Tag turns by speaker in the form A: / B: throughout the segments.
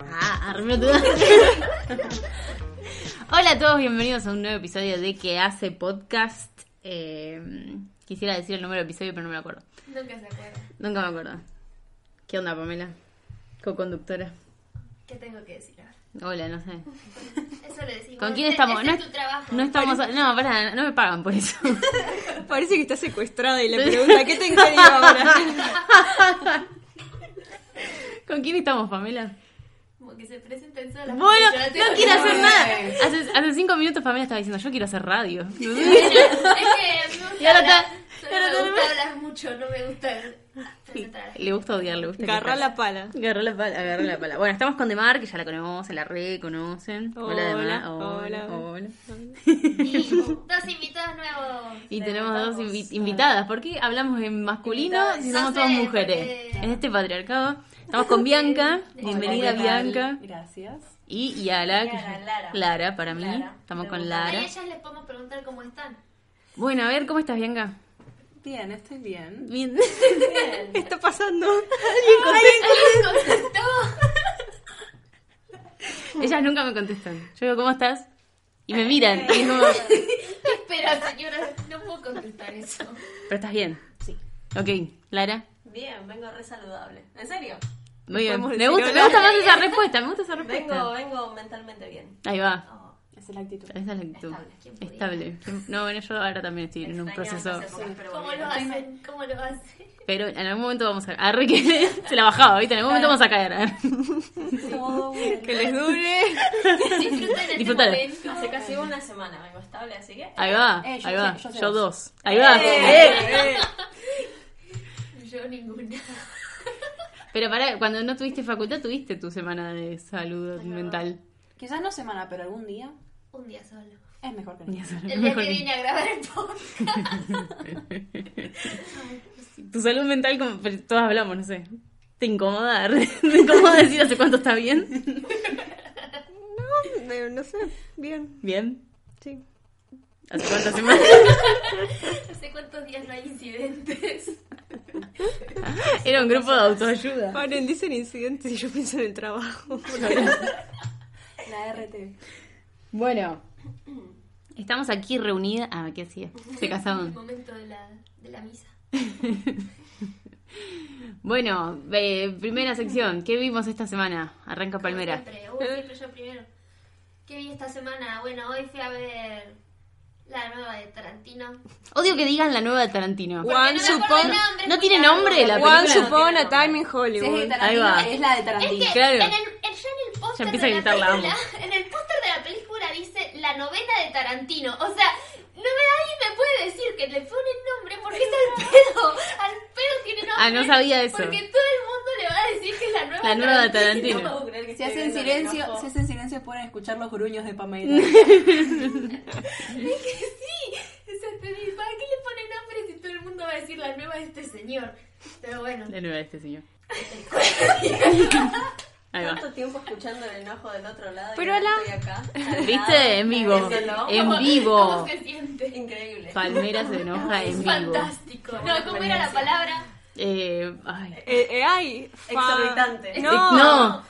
A: Ah, arregló todo. Hola a todos, bienvenidos a un nuevo episodio de Que hace podcast. Eh, quisiera decir el número del episodio, pero no me lo acuerdo.
B: Nunca se acuerda.
A: Nunca me acuerdo. ¿Qué onda, Pamela? Co-conductora.
B: ¿Qué tengo que decir ahora?
A: Hola, no sé.
B: Eso le decimos.
A: ¿Con quién
B: Ese-
A: estamos?
B: ese
A: No
B: es
A: es-
B: tu trabajo.
A: No estamos. No, pará, no me pagan por eso.
C: Parece que está secuestrada y le pregunta, ¿qué te digo ahora?
A: ¿Con quién estamos, Pamela?
B: Como que se presenten solas.
A: Bueno,
B: Yo tengo
A: no quiero hacer
B: que-
A: nada. Hace, hace cinco minutos Pamela estaba diciendo, yo quiero hacer radio.
B: Es que me gusta
A: Y ahora
B: hablar.
A: está- y
B: Solo
A: ahora
B: me
A: está-
B: gusta hablar mucho, no me gusta presentar a la gente.
A: Le gusta odiar, le gusta.
C: Agarrá
A: quitar.
C: la pala.
A: Agarró la pala, agarró la pala. Bueno, estamos con Demar, que ya la conocen, la reconocen. Hola, Demar. Hola,
C: Hola,
A: hola.
B: Y Dos invitados nuevos.
A: Y tenemos dos invi- invitadas. ¿Por qué hablamos en masculino
B: Invitadas.
A: si somos
B: No sé,
A: todas mujeres?
B: porque-
A: En este patriarcado. Estamos con Bianca. Bienvenida, Bianca.
D: Gracias.
A: Y Yara, que
D: Yara,
A: ya-
D: Lara.
A: Lara para mí.
D: Lara.
A: Estamos con
B: A
A: Lara.
B: ellas les podemos preguntar cómo están.
A: Bueno, a ver, ¿cómo estás, Bianca?
D: Bien, estoy bien.
A: Bien.
C: ¿Qué está pasando?
A: Ellas nunca me contestan. Yo digo, ¿cómo estás? Y me miran. Y es como,
B: Espera, señora, no puedo contestar eso.
A: Pero estás bien.
D: Sí.
A: Ok, Lara.
D: Bien, vengo re saludable. ¿En serio?
A: Muy bien.
C: Podemos
A: Me
C: decir
A: gusta,
C: hola.
A: me gusta más esa respuesta. Me gusta esa respuesta.
D: Vengo, vengo mentalmente bien.
A: Ahí va.
D: Esa es la actitud.
A: Esa es la actitud.
B: Estable, ¿quién pudiera?
A: Estable. No, bueno, yo ahora también estoy en un proceso.
B: ¿Cómo lo hacen? ¿Cómo lo hacen?
A: Pero en algún momento vamos a. Arre que se la bajaba, ¿viste? En algún momento vamos a caer. arre.
D: "Oh,
C: Que les dure.
B: Disfruten este
A: Disfrutalo.
B: momento.
D: Hace casi una semana vengo estable, así que.
A: Ahí va,
D: Eh, yo
A: ahí va.
D: sé, yo sé
A: yo
D: vos.
A: dos. Ahí va. Eh.
B: Yo ninguna.
A: Pero pará, cuando no tuviste facultad, tuviste tu semana de salud mental.
D: Quizás no semana, pero algún día
B: Un día solo.
D: es mejor que
A: Y eso es lo
B: El día
A: mejor
B: que
A: que-
B: vine a grabar el podcast.
A: Tu salud mental, como pero todas hablamos, no sé. Te incomoda, arre. te incomoda decir hace cuánto está bien.
C: No, no sé, bien,
A: Bien.
C: sí.
A: ¿Hace cuántas semanas?
B: No sé cuántos días no hay incidentes.
A: Era un grupo de autoayuda.
C: Paren, dicen incidentes y yo pienso en el trabajo.
D: La RT.
A: Bueno, estamos aquí reunidas. Ah, ¿qué hacía? Se
B: El
A: casaron.
B: momento de la, de la misa.
A: Bueno, eh, primera sección. ¿Qué vimos esta semana? Arranca Palmera.
B: Siempre, uy, siempre yo primero. ¿Qué vi esta semana? Bueno, hoy fui a ver la nueva de Tarantino.
A: Odio que digan la nueva de Tarantino.
C: Guau. One
B: Porque no me acuerdo el
C: Supon-
B: nombre,
A: ¿No
B: es
A: tiene
B: muy largo.
A: nombre la
C: One
A: película?
C: Upon a Time in
D: Si es de
C: Hollywood.
D: Tarantino,
A: Ahí va.
D: es la de
B: Es
D: Tarantino.
B: que
A: Claro.
B: en el, en- yo en el póster
A: Ya empieza a
B: de la
A: gritar, la
B: película-
A: amo.
B: en el póster de la película dice la novela de Tarantino. O sea, no me nadie me puede decir que le ponen nombre porque es al pedo. Al pedo tiene nombre.
A: Ah, no sabía eso.
B: Porque todo el mundo le va a decir que es la nueva
A: La nueva de
D: No
A: Tarantino.
D: puedo creer que
C: Si
D: estoy
C: hacen
D: viendo el
C: silencio-
D: rojo.
C: si hacen silencio pueden escuchar los gruños de Pamela.
B: Es que sí. O sea, te digo, ¿para qué le ponen nombre si todo el mundo va a decir la nueva de este señor? Pero bueno.
A: La nueva de este señor. Ahí va.
D: Tanto tiempo escuchando el enojo del otro lado. y
C: Pero
D: yo
C: la-
D: estoy acá.
A: ¿Viste? En vivo. Eh,
D: Viéndolo.
A: En
B: ¿Cómo
A: vivo.
B: se siente?
D: Increíble.
A: Palmera se enoja en vivo.
B: Fantástico. No, ¿cómo era la palabra?
A: Eh, ay.
C: Eh, eh, ay, fa-
D: Exorbitante.
C: No.
A: Eh, No.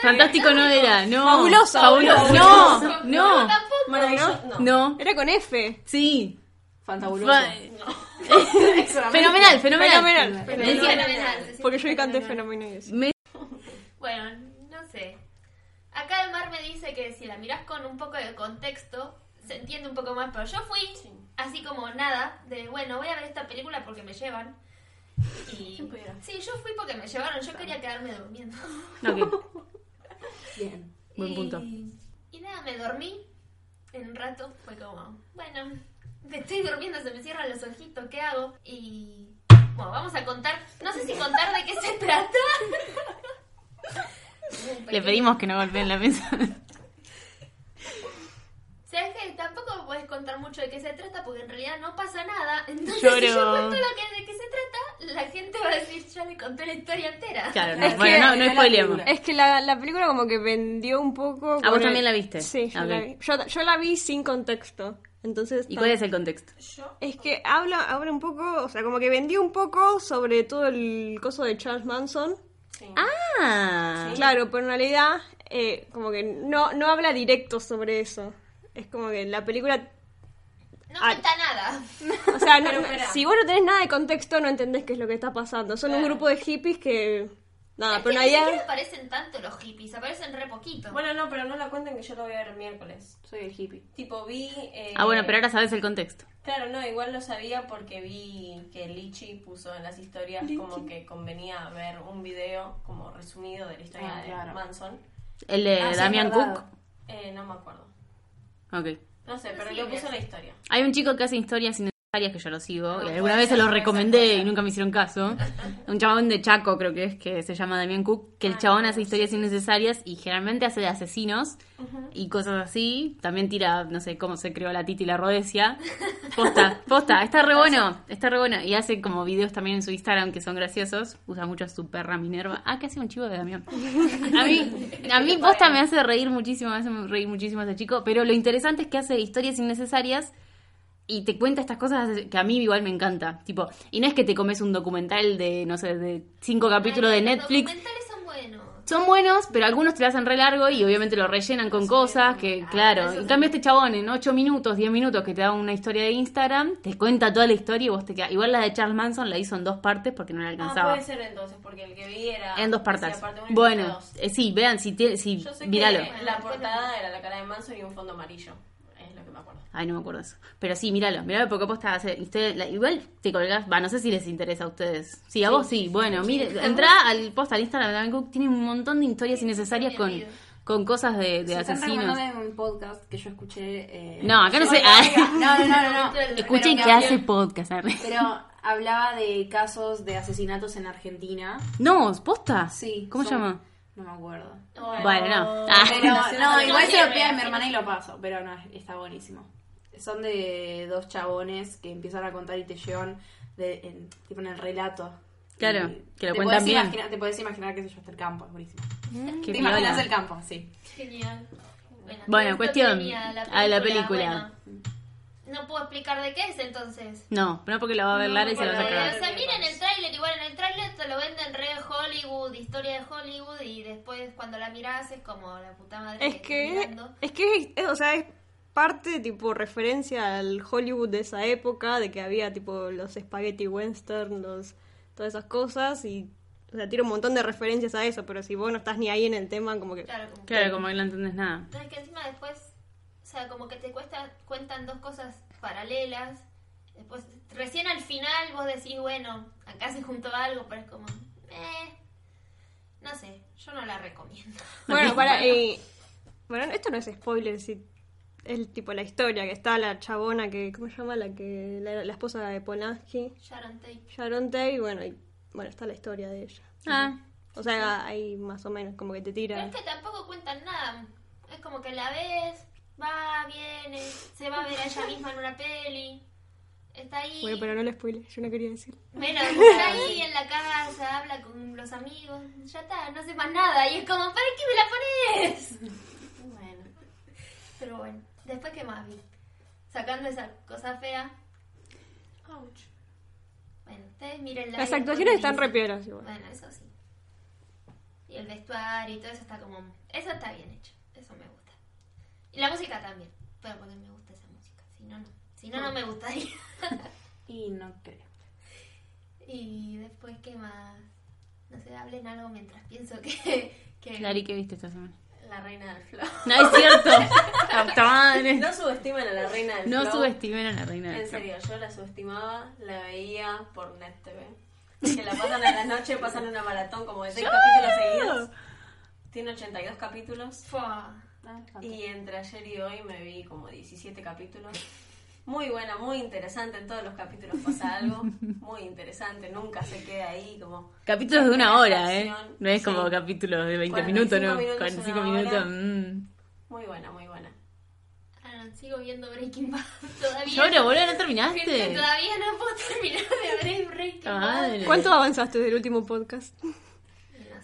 A: Fantástico no era. No.
C: Fabuloso.
A: Fabuloso. No.
C: Fabuloso.
A: No.
B: tampoco.
D: Maravilloso. No.
A: No.
C: Era con F.
A: Sí.
D: Fantabuloso.
A: Fa- Fenomenal, fenomenal.
C: Fenomenal.
A: Me decía-
C: Porque yo canté fenómeno y eso.
A: me-
B: Bueno, no sé. Acá el mar me dice que si la mirás con un poco de contexto, se entiende un poco más, pero yo fui así como nada, de bueno, voy a ver esta película porque me llevan. Y...
D: ¿Quién pudiera?
B: Sí, yo fui porque me llevaron, yo quería quedarme durmiendo.
A: No, ok.
D: Bien.
A: Buen punto.
B: Y, y nada, me dormí en un rato, fue como, bueno, me estoy durmiendo, se me cierran los ojitos, ¿qué hago? Y bueno, vamos a contar, no sé si contar de qué se trata. Un
A: Le
B: pequeño-
A: pedimos que no golpeen la mesa.
B: Sabes que tampoco puedes contar mucho de qué se trata porque en realidad no pasa nada. Entonces,
A: Lloro.
B: si yo cuento lo que, de qué se trata, la gente va a decir, ya le conté la historia entera.
A: Claro, no,
C: Es
A: bueno,
C: que-
A: no, no
D: era la
A: spoileemos.
D: película.
C: Es que la, la película como que vendió un poco... con
A: Ah, vos
C: el-
A: también la viste? Ah,
C: Sí, yo,
A: Ok.
C: la vi. Yo, yo la vi sin contexto. Entonces...
A: ¿Y cuál es el contexto?
D: Yo.
C: Es que habla, habla un poco, o sea, como que vendió un poco sobre todo el coso de Charles Manson.
D: Sí.
A: Ah,
C: Claro, pero en realidad eh, como que no, no habla directo sobre eso. Es como que la película...
B: No
C: Ah.
B: cuenta nada.
C: O sea, no-
D: Pero
C: no-
D: espera.
C: si vos no tenés nada de contexto no entendés qué es lo que está pasando. Son un
D: Claro.
C: grupo de hippies que... Nada,
A: Ah,
B: Es que
C: pero
B: ni
C: nadie...
B: siquiera aparecen tanto los hippies, aparecen re poquito.
D: Bueno, no, pero no la cuenten que yo la voy a ver el miércoles. Soy el hippie. Tipo, vi. eh,
A: ah bueno, pero ahora sabes el contexto.
D: Claro, no, igual lo sabía porque vi que Lichi puso en las historias como que convenía ver un video como resumido de la historia
E: Ah,
D: de
E: claro.
D: Manson.
A: El de
D: Ah, sí, es
A: Damian
D: verdad.
A: Cook.
D: Eh, no me acuerdo.
A: Ok.
D: No sé, pero
B: Sí,
D: lo puso
B: bien.
D: en la historia.
A: Hay un chico que hace historias innecesarias que yo lo sigo
D: No,
A: y alguna
D: puede
A: vez se
D: ser,
A: lo
D: puede ser, puede
A: recomendé y
D: ser.
A: nunca me hicieron caso. Un chabón de Chaco creo que es que se llama Damián Cook, que el
D: Ah,
A: chabón
D: no,
A: hace historias innecesarias y generalmente hace de asesinos y cosas así. También tira, no sé cómo se creó la Titi y la Rodesia. Posta, posta, está re bueno, está re bueno. Y hace como videos también en su Instagram que son graciosos. Usa mucho a su perra Minerva. Ah, que hace un chivo de Damián. A mí, a mí posta me hace reír muchísimo, me hace reír muchísimo ese chico. Pero lo interesante es que hace historias innecesarias y te cuenta estas cosas que a mí igual me encanta. Tipo, y no es que te comes un documental de, no sé, de cinco capítulos
B: Ay,
A: de
B: los
A: Netflix.
B: documentales son buenos.
A: Son buenos, pero algunos te lo hacen re largo y obviamente lo rellenan con cosas que, claro. En cambio, este chabón en 8 minutos, 10 minutos que te da una historia de Instagram, te cuenta toda la historia y vos te quedas. Igual la de Charles Manson la hizo en dos partes porque no la
D: Ah,
A: alcanzaba.
D: puede ser entonces, porque el que vi era.
A: en dos
D: decía
A: partes.
D: parte uno y parte
A: Bueno,
D: dos.
A: eh, sí, vean, si, te- si
D: Yo sé
A: míralo.
D: que la portada era la cara de Manson y un fondo amarillo. Es lo que me acuerdo.
A: Ay, no me acuerdo eso. Pero sí, míralo, míralo porque posta hace. ustedes- la- igual te colgás, va, no sé si les interesa a ustedes. Sí, a vos sí. bueno, mire, entrá al post al Instagram de Dan Cook, tiene un montón de historias innecesarias con,
B: bien.
A: con cosas de, de
E: Se están
A: asesinos.
E: recordando en un podcast que yo escuché. eh,
A: No, acá no sé.
E: No, no, no, no. no.
A: Escuchen
E: Pero
A: que hace
E: había-
A: podcast. arre.
E: Pero hablaba de casos de asesinatos en Argentina.
A: No, posta.
E: Sí.
A: ¿Cómo se
E: son-
A: llama?
E: No me acuerdo.
A: Bueno, no. Ah.
E: Pero, no, igual se lo
B: libre,
E: pide a mi
B: sí.
E: hermana y lo paso, pero no, está buenísimo. Son de dos chabones que empiezan a contar y te llevan de, en, tipo en el relato.
A: Claro,
E: Y
A: que lo
E: te
A: cuentan
E: podés
A: bien.
E: imaginar- te podés imaginar, qué sé yo, hasta el campo, es buenísimo.
A: Qué
E: te imaginas
A: piola.
E: el campo, sí.
B: Genial.
A: Bueno,
B: esto
A: cuestión,
B: tenía
A: a la película.
B: bueno. no puedo explicar de qué es entonces.
A: No, no porque la va a ver Lara y se la va a
B: Porque,
A: sacar.
B: o sea, miren el tráiler, igual en el tráiler te lo venden re Hollywood, historia de Hollywood, y después cuando la mirás es como la puta madre
C: Es
B: estoy
C: que,
B: mirando.
C: es que, es- o sea, es parte, tipo, referencia al Hollywood de esa época, de que había, tipo, los spaghetti western, los, todas esas cosas, y, o sea, tira un montón de referencias a eso, pero si vos no estás ni ahí en el tema, como que...
B: Claro, como
A: Claro, como que no entendés nada.
B: No, es que encima después, o sea, como que te cuesta, cuentan dos cosas paralelas. Después, recién al final vos decís, bueno, acá se juntó algo, pero es como, eh, no sé, yo no la recomiendo.
C: Bueno, para, eh, bueno, esto no es spoiler, si es tipo la historia, que está la chabona que, ¿cómo se llama? La que, la, la esposa de Polanski,
B: Sharon Tate.
C: Sharon Tate, y bueno, y, bueno, está la historia de ella.
A: Ah,
C: O sea, ahí más o menos como que te tira...
B: Pero es que tampoco cuentan nada. Es como que la ves, va, viene, se va a ver a ella misma en una peli. Está ahí.
C: Bueno, pero no lo spoilé, yo no quería decir.
B: Bueno, está ahí en la casa, habla con los amigos, ya está, no sé más nada. Y es como, ¿para qué me la pones?
E: Bueno.
B: Pero bueno, después que más vi. Sacando esa cosa fea. Bueno, ustedes miren la.
C: Las actuaciones están re piolas igual.
B: Bueno, eso sí. Y el vestuario y todo eso está como. Eso está bien hecho. Eso me gusta. Y la música también. Pero porque me gusta esa música. Si no, no. Si no, no
C: Ah.
B: me gustaría.
E: Y no creo.
B: y después, ¿qué más? No sé, hablen algo mientras pienso que. que
A: Lari, ¿qué viste esta semana?
D: La reina del flow.
A: No, es cierto. La puta madre.
D: No subestimen a la reina del
A: No
D: flow.
A: subestimen a la reina
D: En
A: del
D: serio, yo la subestimaba, la veía por Net TV. Que la pasan a la noche, pasan una maratón como de 6 capítulos seguidos. Tiene 82 capítulos.
B: Fua.
D: Y entre ayer y hoy me vi como 17 capítulos. Muy buena, muy interesante. En todos los capítulos pasa algo. Muy interesante, nunca se queda ahí como.
A: Capítulos de una hora, ¿eh?
D: Acción,
A: No es
D: sí.
A: como capítulos de 20
D: 45
A: minutos, ¿no?
D: minutos,
A: 45
D: una hora.
A: minutos. mm.
D: Muy buena, muy buena.
B: Ah, bueno, sigo viendo Breaking Bad todavía.
A: Lloro, boludo, ¿no
B: Gente,
A: terminaste?
B: todavía no puedo terminar de ver Breaking Bad.
A: Madre.
C: ¿Cuánto avanzaste del último podcast?
B: No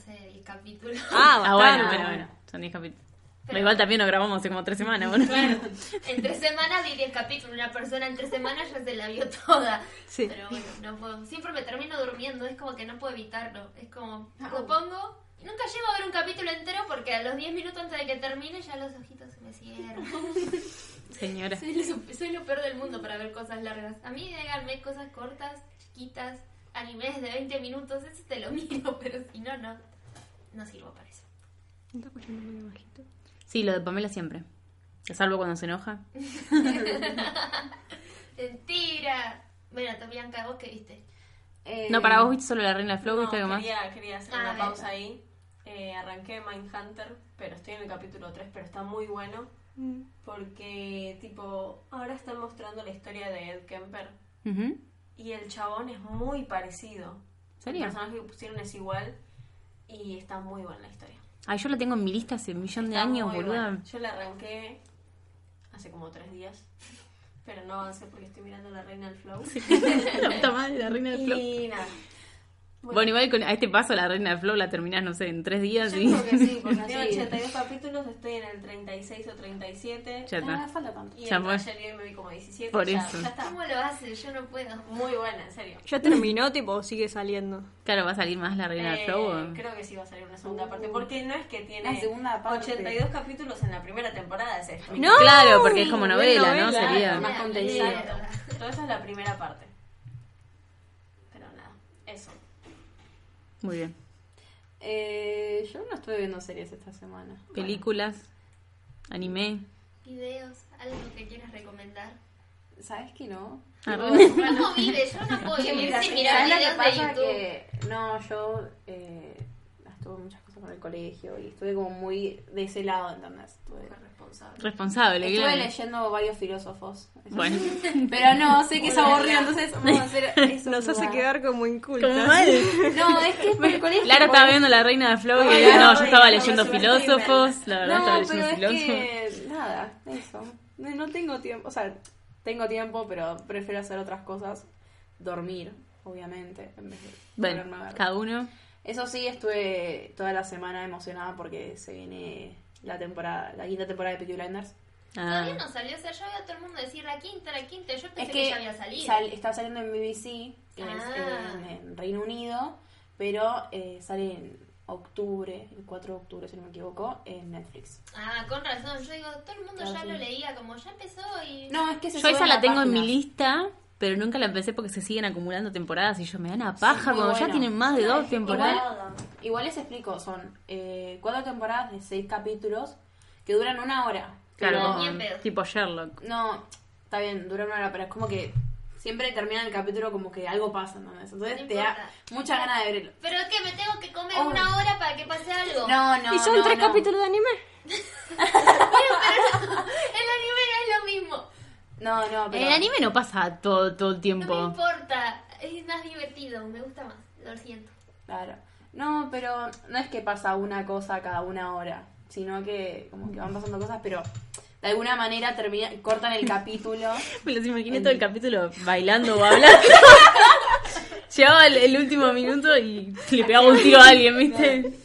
B: sé, el capítulo.
C: Ah,
A: Ah, bueno, bueno, bueno. Son 10 capítulos.
B: Pero-
A: Igual también lo grabamos hace como 3 semanas, boludo.
B: En tres semanas vi 10 capítulos. Una persona en tres semanas ya se la vio toda.
C: Sí.
B: Pero bueno, no puedo. Siempre me termino durmiendo. Es como que no puedo evitarlo. Es como, lo pongo. y Nunca llego a ver un capítulo entero porque a los 10 minutos antes de que termine ya los ojitos se me cierran.
A: Señora.
B: Soy lo, soy lo peor del mundo para ver cosas largas. A mí díganme cosas cortas, chiquitas, animes de 20 minutos. Eso te lo miro, pero si no, no. No sirvo para eso.
A: Sí, lo de Pamela siempre. Salvo cuando se enoja.
B: Mentira. Bueno, tú, Bianca, vos qué viste.
D: Eh,
A: No, para vos viste solo la reina del flow,
D: no,
A: viste algo más.
D: quería, quería hacer
B: Ah,
D: una
B: bien.
D: pausa ahí. Eh, arranqué Mindhunter, pero estoy en el capítulo 3, pero está muy bueno. Porque, tipo, ahora están mostrando la historia de Ed Kemper.
A: Ujú.
D: Y el chabón es muy parecido.
A: ¿Serio?
D: El personaje que pusieron es igual. Y está muy buena la historia.
A: Ay, yo lo tengo en mi lista hace un millón de
D: Está
A: años,
D: muy
A: boluda.
D: buena. Yo la arranqué hace como tres días. Pero no avancé porque estoy mirando la reina del flow.
A: La puta madre, la reina del flow.
D: y nada.
A: Bueno, igual con, a este paso la reina del flow la terminás, no sé, en 3 días y...
D: Yo creo que sí, porque
E: Sí.
D: tiene 82 capítulos, estoy en el 36 o 37.
A: Ya
E: No,
A: está.
E: Ah, falta tanto.
D: Y
A: Ya
D: entre
A: fue.
D: ayer y hoy me vi como 17.
A: Por
D: ya,
A: eso.
D: ya
E: Ah.
D: está.
B: ¿Cómo lo haces? Yo no puedo.
D: Muy buena, en serio.
C: ¿Ya terminó, tipo, o sigue saliendo?
A: Claro, va a salir más la reina
D: Eh,
A: del flow. o-
D: creo que sí va a salir una segunda parte. Porque no es que tiene
E: Uh. La segunda parte.
D: 82 capítulos en la primera temporada, es esto.
C: ¡No!
A: Claro, porque es como
C: Es
A: novela, ¿no?
C: novela.
A: Sería...
E: Más
B: Mierda.
E: condensado.
D: Todo eso es la primera parte. Pero nada, eso.
A: Muy bien.
E: Eh, yo no estuve viendo series esta semana.
A: Películas, anime.
B: Videos, algo que quieras recomendar.
E: Bueno, ¿Sabes que no?
A: Ah,
B: Uno no vive, yo no puedo vivir sin mirar
E: ¿Sabes lo que
B: videos de
E: pasa?
B: YouTube.
E: Que, no, yo eh, estuve muchas cosas con el colegio y estuve como muy de ese lado, ¿entendés? Estuve,
D: Responsable.
A: Responsable,
E: estuve
A: claro.
E: leyendo varios filósofos. Eso
A: Bueno.
E: sí. Pero no, sé que es aburrido, entonces vamos a hacer eso.
C: Nos hace
E: lugar.
C: quedar como incultas.
E: No, es que es por el colegio.
A: Claro,
E: porque-
A: estaba viendo la reina del flow y
D: Ay,
A: no, yo
D: ay,
A: estaba
D: no,
A: leyendo
D: no,
A: filósofos. La verdad, estaba
E: No, pero
A: leyendo
E: es
A: filósofos.
E: que nada, eso. No, no tengo tiempo, o sea, tengo tiempo, pero prefiero hacer otras cosas. Dormir, obviamente, en vez de ponerme a
A: Bueno,
E: ver.
A: cada uno.
E: Eso sí, estuve toda la semana emocionada porque se viene la temporada, la quinta temporada de Peaky Blinders.
A: Ah,
B: Todavía no salió, o sea, yo veía a todo el mundo decir la quinta, la quinta, yo pensé
E: Es
B: que,
E: que
B: ya había salido.
E: sal- está saliendo en BBC, que es
B: Ah.
E: en, en Reino Unido, pero eh, sale en octubre, el 4 de octubre, si no me equivoco, en Netflix.
B: Ah, con razón, yo digo, todo el mundo
E: Ah,
B: ya
E: sí.
B: lo leía, como ya empezó y...
E: No, es que se
A: Yo esa
E: suben
A: la
E: a
A: tengo en mi
E: páginas.
A: lista, pero nunca la empecé porque se siguen acumulando temporadas y yo me dan a paja
E: muy
A: cuando ya
E: bueno.
A: tienen más de dos temporadas.
D: Igual-
E: Igual les explico, son eh, cuatro temporadas de seis capítulos que duran una hora.
A: Claro,
E: Pero-
A: como
B: Ni en pedo.
A: tipo Sherlock.
E: no, está bien, duran una hora, pero es como que siempre termina el capítulo como que algo pasa, ¿no? Entonces
B: No
E: te da
B: importa.
E: mucha gana de verlo.
B: Pero es que me tengo que comer
E: Oh.
B: una hora para que pase algo.
E: No, no,
C: ¿Y son
E: no,
C: tres
E: no.
C: capítulos de anime?
B: El anime no es lo mismo.
E: No, no,
A: En
E: pero...
A: el anime no pasa todo, todo el
B: No
A: tiempo.
B: me importa, es más divertido, me gusta más, lo siento.
E: Claro. No, pero no es que pasa una cosa cada una hora, sino que como que van pasando cosas, pero de alguna manera termina, cortan el capítulo.
A: Me los imaginé todo el capítulo bailando o hablando. Llegaba el, el último minuto y le pegaba un tiro a alguien, ¿viste?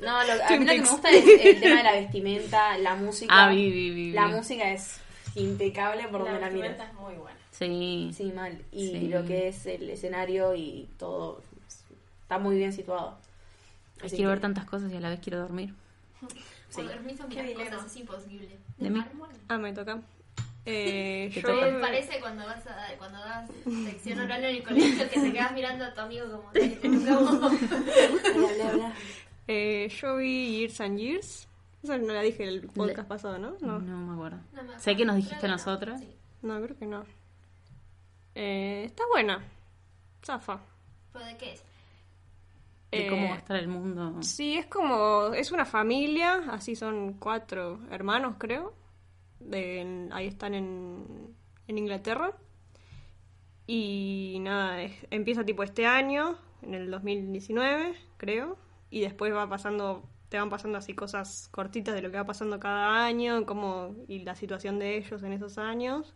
E: No, lo, a
C: Twin
E: mí lo que me
C: Peaks.
E: gusta es el tema de la vestimenta, la música.
A: Ah, vi, vi, vi, vi.
E: La música es impecable por
D: La
E: donde la mires.
D: vestimenta es muy buena.
A: Sí.
E: Sí, mal. Y
A: Sí.
E: lo que es el escenario y todo está muy bien situado.
A: Ay,
E: Así
A: quiero
E: que-
A: ver tantas cosas y a la vez quiero dormir.
B: Por permiso,
D: Qué
B: mirar
D: dilema.
B: cosas, es imposible.
A: ¿De mí?
B: mármol?
C: Ah, me toca. Eh,
A: Te
C: yo...
B: Me parece cuando vas a, cuando das sección oral en el colegio que te quedas mirando a tu amigo como... como-
E: Bla, bla, bla.
C: Eh, yo vi Years and Years. Eso no la dije el podcast pasado, ¿no?
A: No,
C: No, no,
A: me acuerdo.
B: No me acuerdo.
A: sé que nos dijiste
B: Creo
A: a
B: que no,
A: nosotros.
B: sí.
C: creo que no. Eh, está buena. Zafa.
B: ¿Pero de qué es?
A: De cómo
C: Eh,
A: va a estar el mundo.
C: Sí, es como. Es una familia, así son cuatro hermanos, creo. de- en- ahí están en, en Inglaterra. Y nada, es- empieza tipo este año, en el 2019, creo. Y después va pasando te van pasando así cosas cortitas de lo que va pasando cada año, cómo, y la situación de ellos en esos años.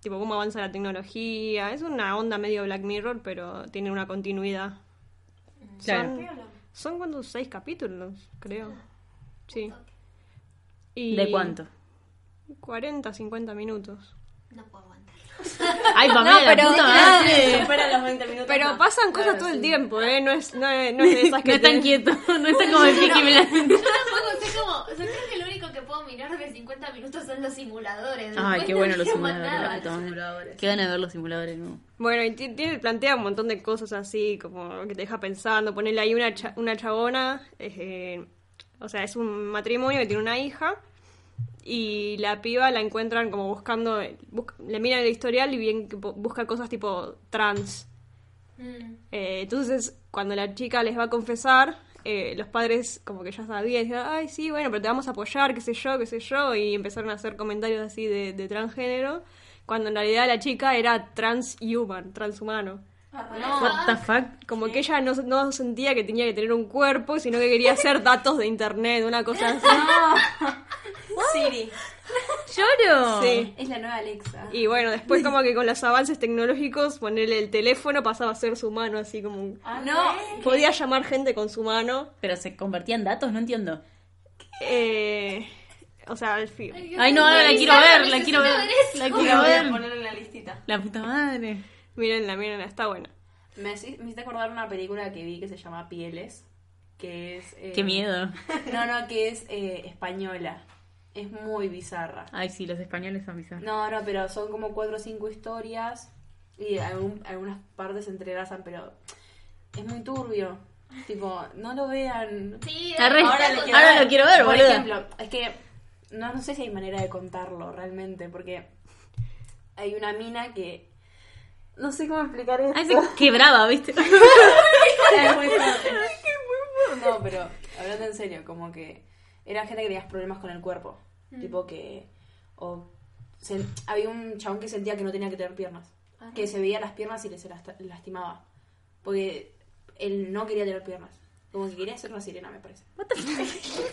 C: Tipo, cómo avanza la tecnología. Es una onda medio Black Mirror, pero tiene una continuidad.
A: Claro.
C: Son, son cuántos seis capítulos, creo. Sí. Y
A: ¿De cuánto?
C: 40, 50 minutos.
B: No puedo aguantar.
A: Ay, Pamela,
C: pero
A: la puta
C: claro,
A: madre.
D: Superan los 20 minutos.
C: Pero
D: no.
C: pasan cosas todo el tiempo, ¿eh? No es, no es, no es de esas que
A: No
C: te-
A: están quietos, no está como el Peaky Blinders.
B: Yo tampoco sé cómo. O sea, creo que lo único que puedo mirar de 50 minutos son los simuladores.
A: Ay,
B: Después
A: qué
B: no
A: bueno los
B: miro más
A: simuladores. la
B: nada.
A: puta madre. Qué ganas de ver los simuladores, ¿no?
C: Bueno, y ti- tiene, plantea un montón de cosas así, como que te deja pensando. Ponerle ahí una, cha- una chabona, eh, o sea, es un matrimonio que tiene una hija y la piba la encuentran como buscando, bus- le miran el historial y bien que bu- busca cosas tipo trans.
B: Mm.
C: Eh, entonces, cuando la chica les va a confesar, eh, los padres como que ya sabían, decían, ay, sí, bueno, pero te vamos a apoyar, qué sé yo, qué sé yo, y empezaron a hacer comentarios así de, de transgénero, cuando en realidad la chica era transhuman, transhumano.
D: Ah,
E: Ah.
A: What the fuck?
C: Como que ella no, no sentía que tenía que tener un cuerpo, sino que quería hacer datos de internet, una cosa así.
D: Siri.
A: ¡Lloro!
C: Sí.
E: Es la nueva Alexa.
C: Y bueno, después como que con los avances tecnológicos, ponerle el teléfono pasaba a ser su mano, así como... un-
D: Ah,
E: no,
C: Podía llamar gente con su mano.
A: Pero se convertían datos, no entiendo.
C: Eh, o sea, al fin.
A: Ay, no, ahora la quiero ver, la quiero ver. La
D: La
A: quiero
D: voy a
A: ver.
D: poner en la listita.
A: La puta madre.
C: Mírenla, mírenla, está buena.
E: Me, hici- me hiciste acordar una película que vi que se llama Pieles, que es... eh,
A: Qué miedo.
E: No, no, que es eh, española. Es muy bizarra.
A: Ay, sí, los españoles son bizarros.
E: No, no, pero son como cuatro o cinco historias y algún- algunas partes se entrelazan, pero es muy turbio. Tipo, no lo vean.
B: Sí,
A: Arre,
B: ahora
A: ahora,
B: le
D: quiero ver.
A: Ah, lo quiero ver,
E: Por
A: boluda.
E: ejemplo, es que no, no sé si hay manera de contarlo realmente, porque hay una mina que... No sé cómo explicar esto.
A: Ay, se quebraba, ¿viste?
E: Es muy fuerte. No, pero hablando en serio, como que era gente que tenía problemas con el cuerpo.
A: Mm.
E: Tipo que. O se- había un chabón que sentía que no tenía que tener piernas.
B: Ah,
E: Que se veía las piernas y le se las- lastimaba. Porque él no quería tener piernas. Como que quería ser una sirena, me parece.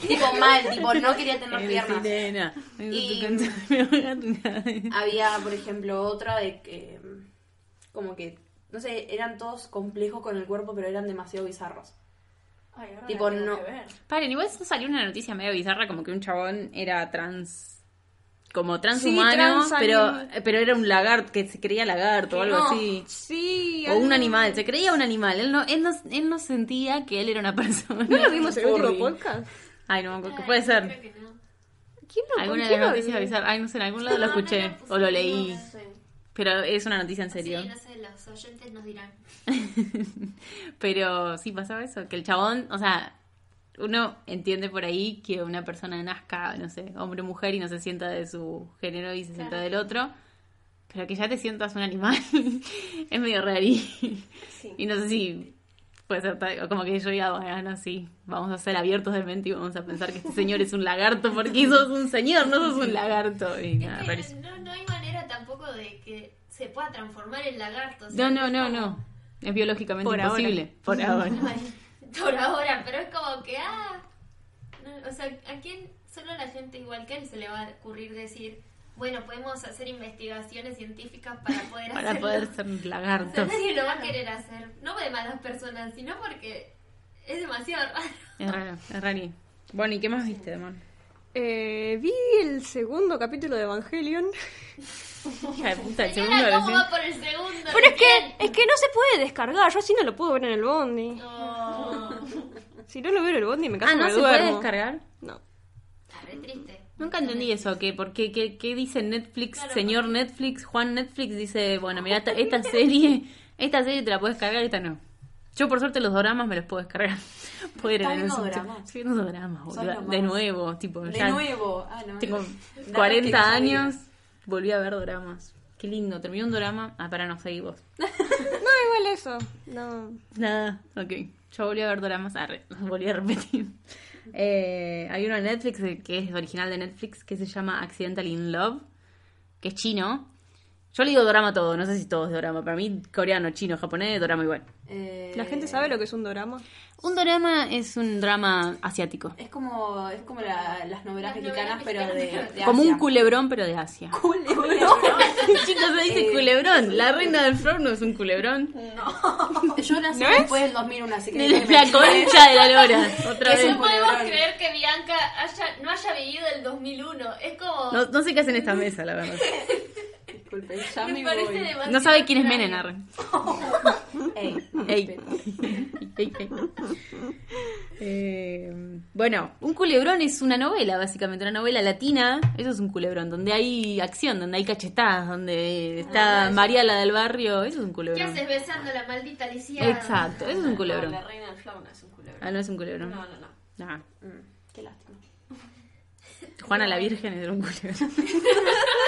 E: tipo mal, tipo no quería tener
A: Eres
E: piernas.
A: sirena.
E: Y-
A: Y...
E: Había, por ejemplo, otra de que. Como que. No sé, eran todos complejos con el cuerpo, pero eran demasiado bizarros.
D: Ay, ahora
E: Tipo,
D: la tengo
E: no.
D: que ver.
A: Paren, igual eso salió una noticia medio bizarra, como que un chabón era trans. Como
C: Sí,
A: transhumano,
C: trans
A: pero,
C: animal.
A: pero era un lagarto, que se creía lagarto o algo
E: No.
A: así.
C: Sí.
A: O un animal, se creía un animal. Él no, él no, él no sentía que él era una persona.
C: ¿No lo vimos en el último
E: Furry.
C: podcast?
A: Ay, no, ¿qué
B: Ay,
A: puede ser?
B: creo que no.
C: ¿Quién lo
A: Alguna de las
C: quién lo
A: noticias
C: vio?
A: bizarras. Ay, no sé, en algún lado lo
B: Ah, No, no
A: escuché
B: la puse,
A: o lo
B: no,
A: leí.
B: no sé.
A: Pero es una noticia en serio.
B: Sí, no sé, los oyentes nos dirán.
A: Pero sí pasaba eso, que el chabón, o sea, uno entiende por ahí que una persona nazca, no sé, hombre o mujer y no se sienta de su género y se sienta del otro, pero que ya te sientas un animal es medio raro. Y no sé si puede ser tal- o como que yo diga, bueno, sí, vamos a ser abiertos de mente y vamos a pensar que este señor es un lagarto porque sos un señor, no sos un lagarto. Y
B: Es
A: nada,
B: que
A: Ah, rarísimo.
B: no, no hay manera tampoco de que se pueda transformar en lagarto. o sea,
A: No, no,
B: es
A: no,
B: como-
A: no. Es biológicamente
C: Por ahora.
A: imposible. Por ahora.
B: Ay, Por ahora, pero es como que, ah. no, o sea, ¿a quién? Solo a la gente igual que él se le va a ocurrir decir, bueno, podemos hacer investigaciones científicas para poder
A: Para
B: hacerlo.
A: poder ser
B: O sea,
A: lagartos.
B: nadie lo va a querer hacer, no de malas personas, sino porque es demasiado raro.
A: Es raro, es raro. Bueno, ¿y qué más viste, Demon?
C: Eh, vi el segundo capítulo de Evangelion.
A: Hija de puta, el segundo
B: Señora, ¿cómo
A: recién.
B: va por el segundo?
C: Pero es
B: recién?
C: que, es que no se puede descargar. Yo así no lo puedo ver en el bondi.
B: No.
C: Si no lo veo en el bondi, me caso
A: Ah, ¿no
C: me
A: se puede
C: duermo.
A: descargar?
C: No.
B: Está re triste.
A: Nunca entendí eso, que por qué, qué, qué dice Netflix, señor Netflix, Juan Netflix, dice, bueno, mira, esta, esta serie, esta serie te la puedes cargar, esta no. Yo por suerte los doramas me los puedo descargar. Poder
E: ¿Estás
A: en
E: viendo
A: un-
E: doramas?
A: Estoy viendo doramas,
E: Son
A: boluda.
E: lo
A: De
E: más.
A: nuevo, tipo,
E: De
A: ya
E: nuevo. Ah, no.
A: tengo
E: Datos que
A: 40
E: no
A: años,
E: sabías.
A: volví a ver doramas. Qué lindo, terminé un dorama. Ah, para no seguir vos.
C: No, igual eso. No.
A: Nada, ok. Yo volví a ver doramas, arre, volví a repetir. Eh, hay uno en Netflix que es original de Netflix que se llama Accidental in Love, que es chino Yo le digo dorama a todo, no sé si todo es dorama. Para mí, coreano, chino, japonés, dorama igual.
E: Eh,
C: ¿La gente sabe lo que es un dorama?
A: Un dorama es un drama asiático.
E: Es como, es como la- las novelas
B: Las
E: mexicanas,
B: novelas
E: pero de,
B: mexicanas.
E: de
A: Como
E: Asia.
A: un culebrón, pero de Asia. Chicos, se dice
E: Eh,
A: culebrón. La reina del flor no es un culebrón.
E: Yo nací
C: ¿No es?
E: después del 2001, así que...
A: Ni la concha de la lora. Otra
E: Es
A: vez.
E: un
B: No podemos
E: culebrón.
B: creer que Bianca haya, no haya vivido el 2001. Es como.
A: No, no sé qué hacen en esta mesa, la verdad.
E: Disculpe, ya
B: me
E: me
B: parece
E: voy.
B: demasiado
A: No sabe quién es
B: extraño.
A: Menem, arre.
E: Ey,
A: Ey. Ey, ey. Eh, bueno, un culebrón es una novela, básicamente, una novela latina. Eso es un culebrón, donde hay acción, donde hay cachetadas, donde está María la del barrio. Eso es un
B: ¿Qué
A: culebrón.
B: haces besando la maldita Alicia?
A: Exacto, eso es un culebrón.
D: La reina del flow no es un culebrón.
A: Ah, no es un culebrón.
D: No, no, no.
A: Ah.
D: Mm, qué lástima.
A: Juana la Virgen era un culebrón.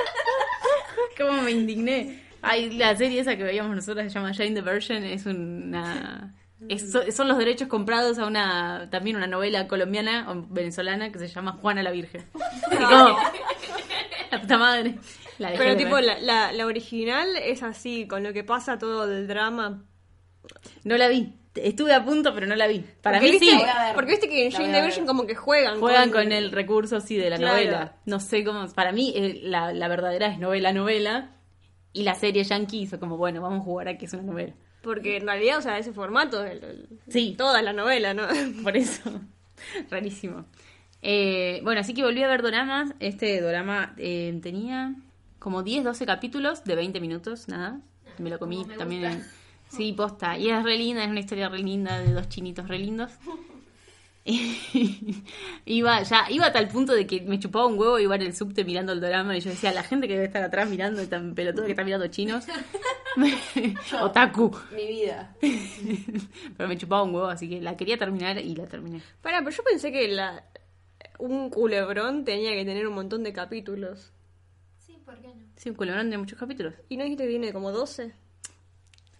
A: Cómo me indigné. Ay, la serie esa que veíamos nosotras se llama Jane the Virgin, es una... es- so- son los derechos comprados a una también una novela colombiana o venezolana que se llama Juana la Virgen. Así como, la puta madre. La dejé
C: Pero
A: de
C: tipo,
A: ver.
C: la, la, la original es así, con lo que pasa todo del drama.
A: No la vi. Estuve a punto, pero no la vi. Para
C: Porque
A: mí
C: viste-
A: sí.
E: voy a ver.
C: Porque viste que en
E: La voy
C: Jane
E: a
C: the
E: ver.
C: Virgin como que juegan.
A: Juegan con el recurso así de la
C: Claro.
A: novela. No sé cómo. Para mí, eh, la, la verdadera es novela-novela. Y la serie yankee hizo como, bueno, vamos a jugar a que es una novela.
C: Porque en realidad, o sea, ese formato, el- el-
A: Sí.
C: toda la novela, ¿no?
A: Por eso. Rarísimo. Eh, bueno, así que volví a ver doramas. Este dorama eh, tenía como 10, 12 capítulos de 20 minutos, nada. Me lo comí
B: Como me
A: también.
B: gusta.
A: en- Sí, posta. Y es re linda, es una historia re linda de dos chinitos re lindos. iba ya iba a tal punto de que me chupaba un huevo iba en el subte mirando el dorama y yo decía la gente que debe estar atrás mirando tan pelotudo que está mirando chinos otaku
E: mi vida.
A: pero me chupaba un huevo así que la quería terminar y la terminé
C: Pará, pero yo pensé que la, un culebrón tenía que tener un montón de capítulos.
B: Sí, ¿por qué no?
A: Sí, un culebrón tiene muchos capítulos.
C: ¿Y no dijiste que tiene como 12?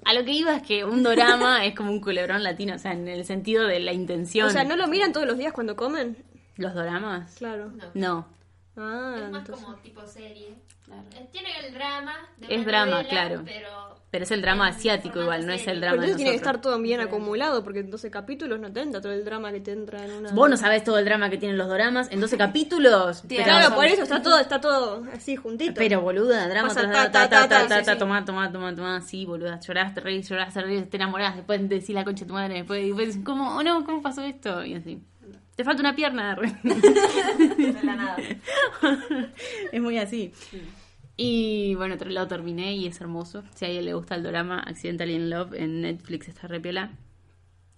A: A lo que iba es que un dorama es como un culebrón latino, o sea, en el sentido de la intención.
C: O sea, ¿no lo miran todos los días cuando comen?
A: ¿Los doramas?
C: Claro.
B: No.
A: No.
C: Ah,
B: es más
C: entonces-
B: como tipo serie.
E: Claro.
B: Eh, Tiene el drama. De
A: Es
B: una
A: drama,
B: novela,
A: claro.
B: Pero.
A: Pero es el drama asiático igual, no es el drama
C: Pero
A: de
C: entonces tiene que estar
A: nosotros.
C: todo bien acumulado, porque en 12 capítulos no te entra todo el drama que te entra en una...
A: Vos no sabés todo el drama que tienen los doramas en 12 capítulos.
E: Tiene
A: pero-
C: Claro, por eso está todo, está todo así juntito.
A: Pero boluda, drama
C: Pasa
A: tras- ta,
C: ta,
A: ta,
C: ta, ta,
A: ta,
C: sí,
A: ta, ta,
C: sí.
A: tomá, tomá, tomá, tomá, sí, boluda, llorás, te reís, llorás, te reís, te enamorás, después decís la concha de tu madre, después, después ¿cómo, oh, no, ¿cómo pasó esto? Y así. Te falta una pierna.
D: De la nada.
A: es muy así. Y bueno, tra- lo terminé y es hermoso. Si a alguien le gusta el drama Accidental in Love en Netflix está re piola.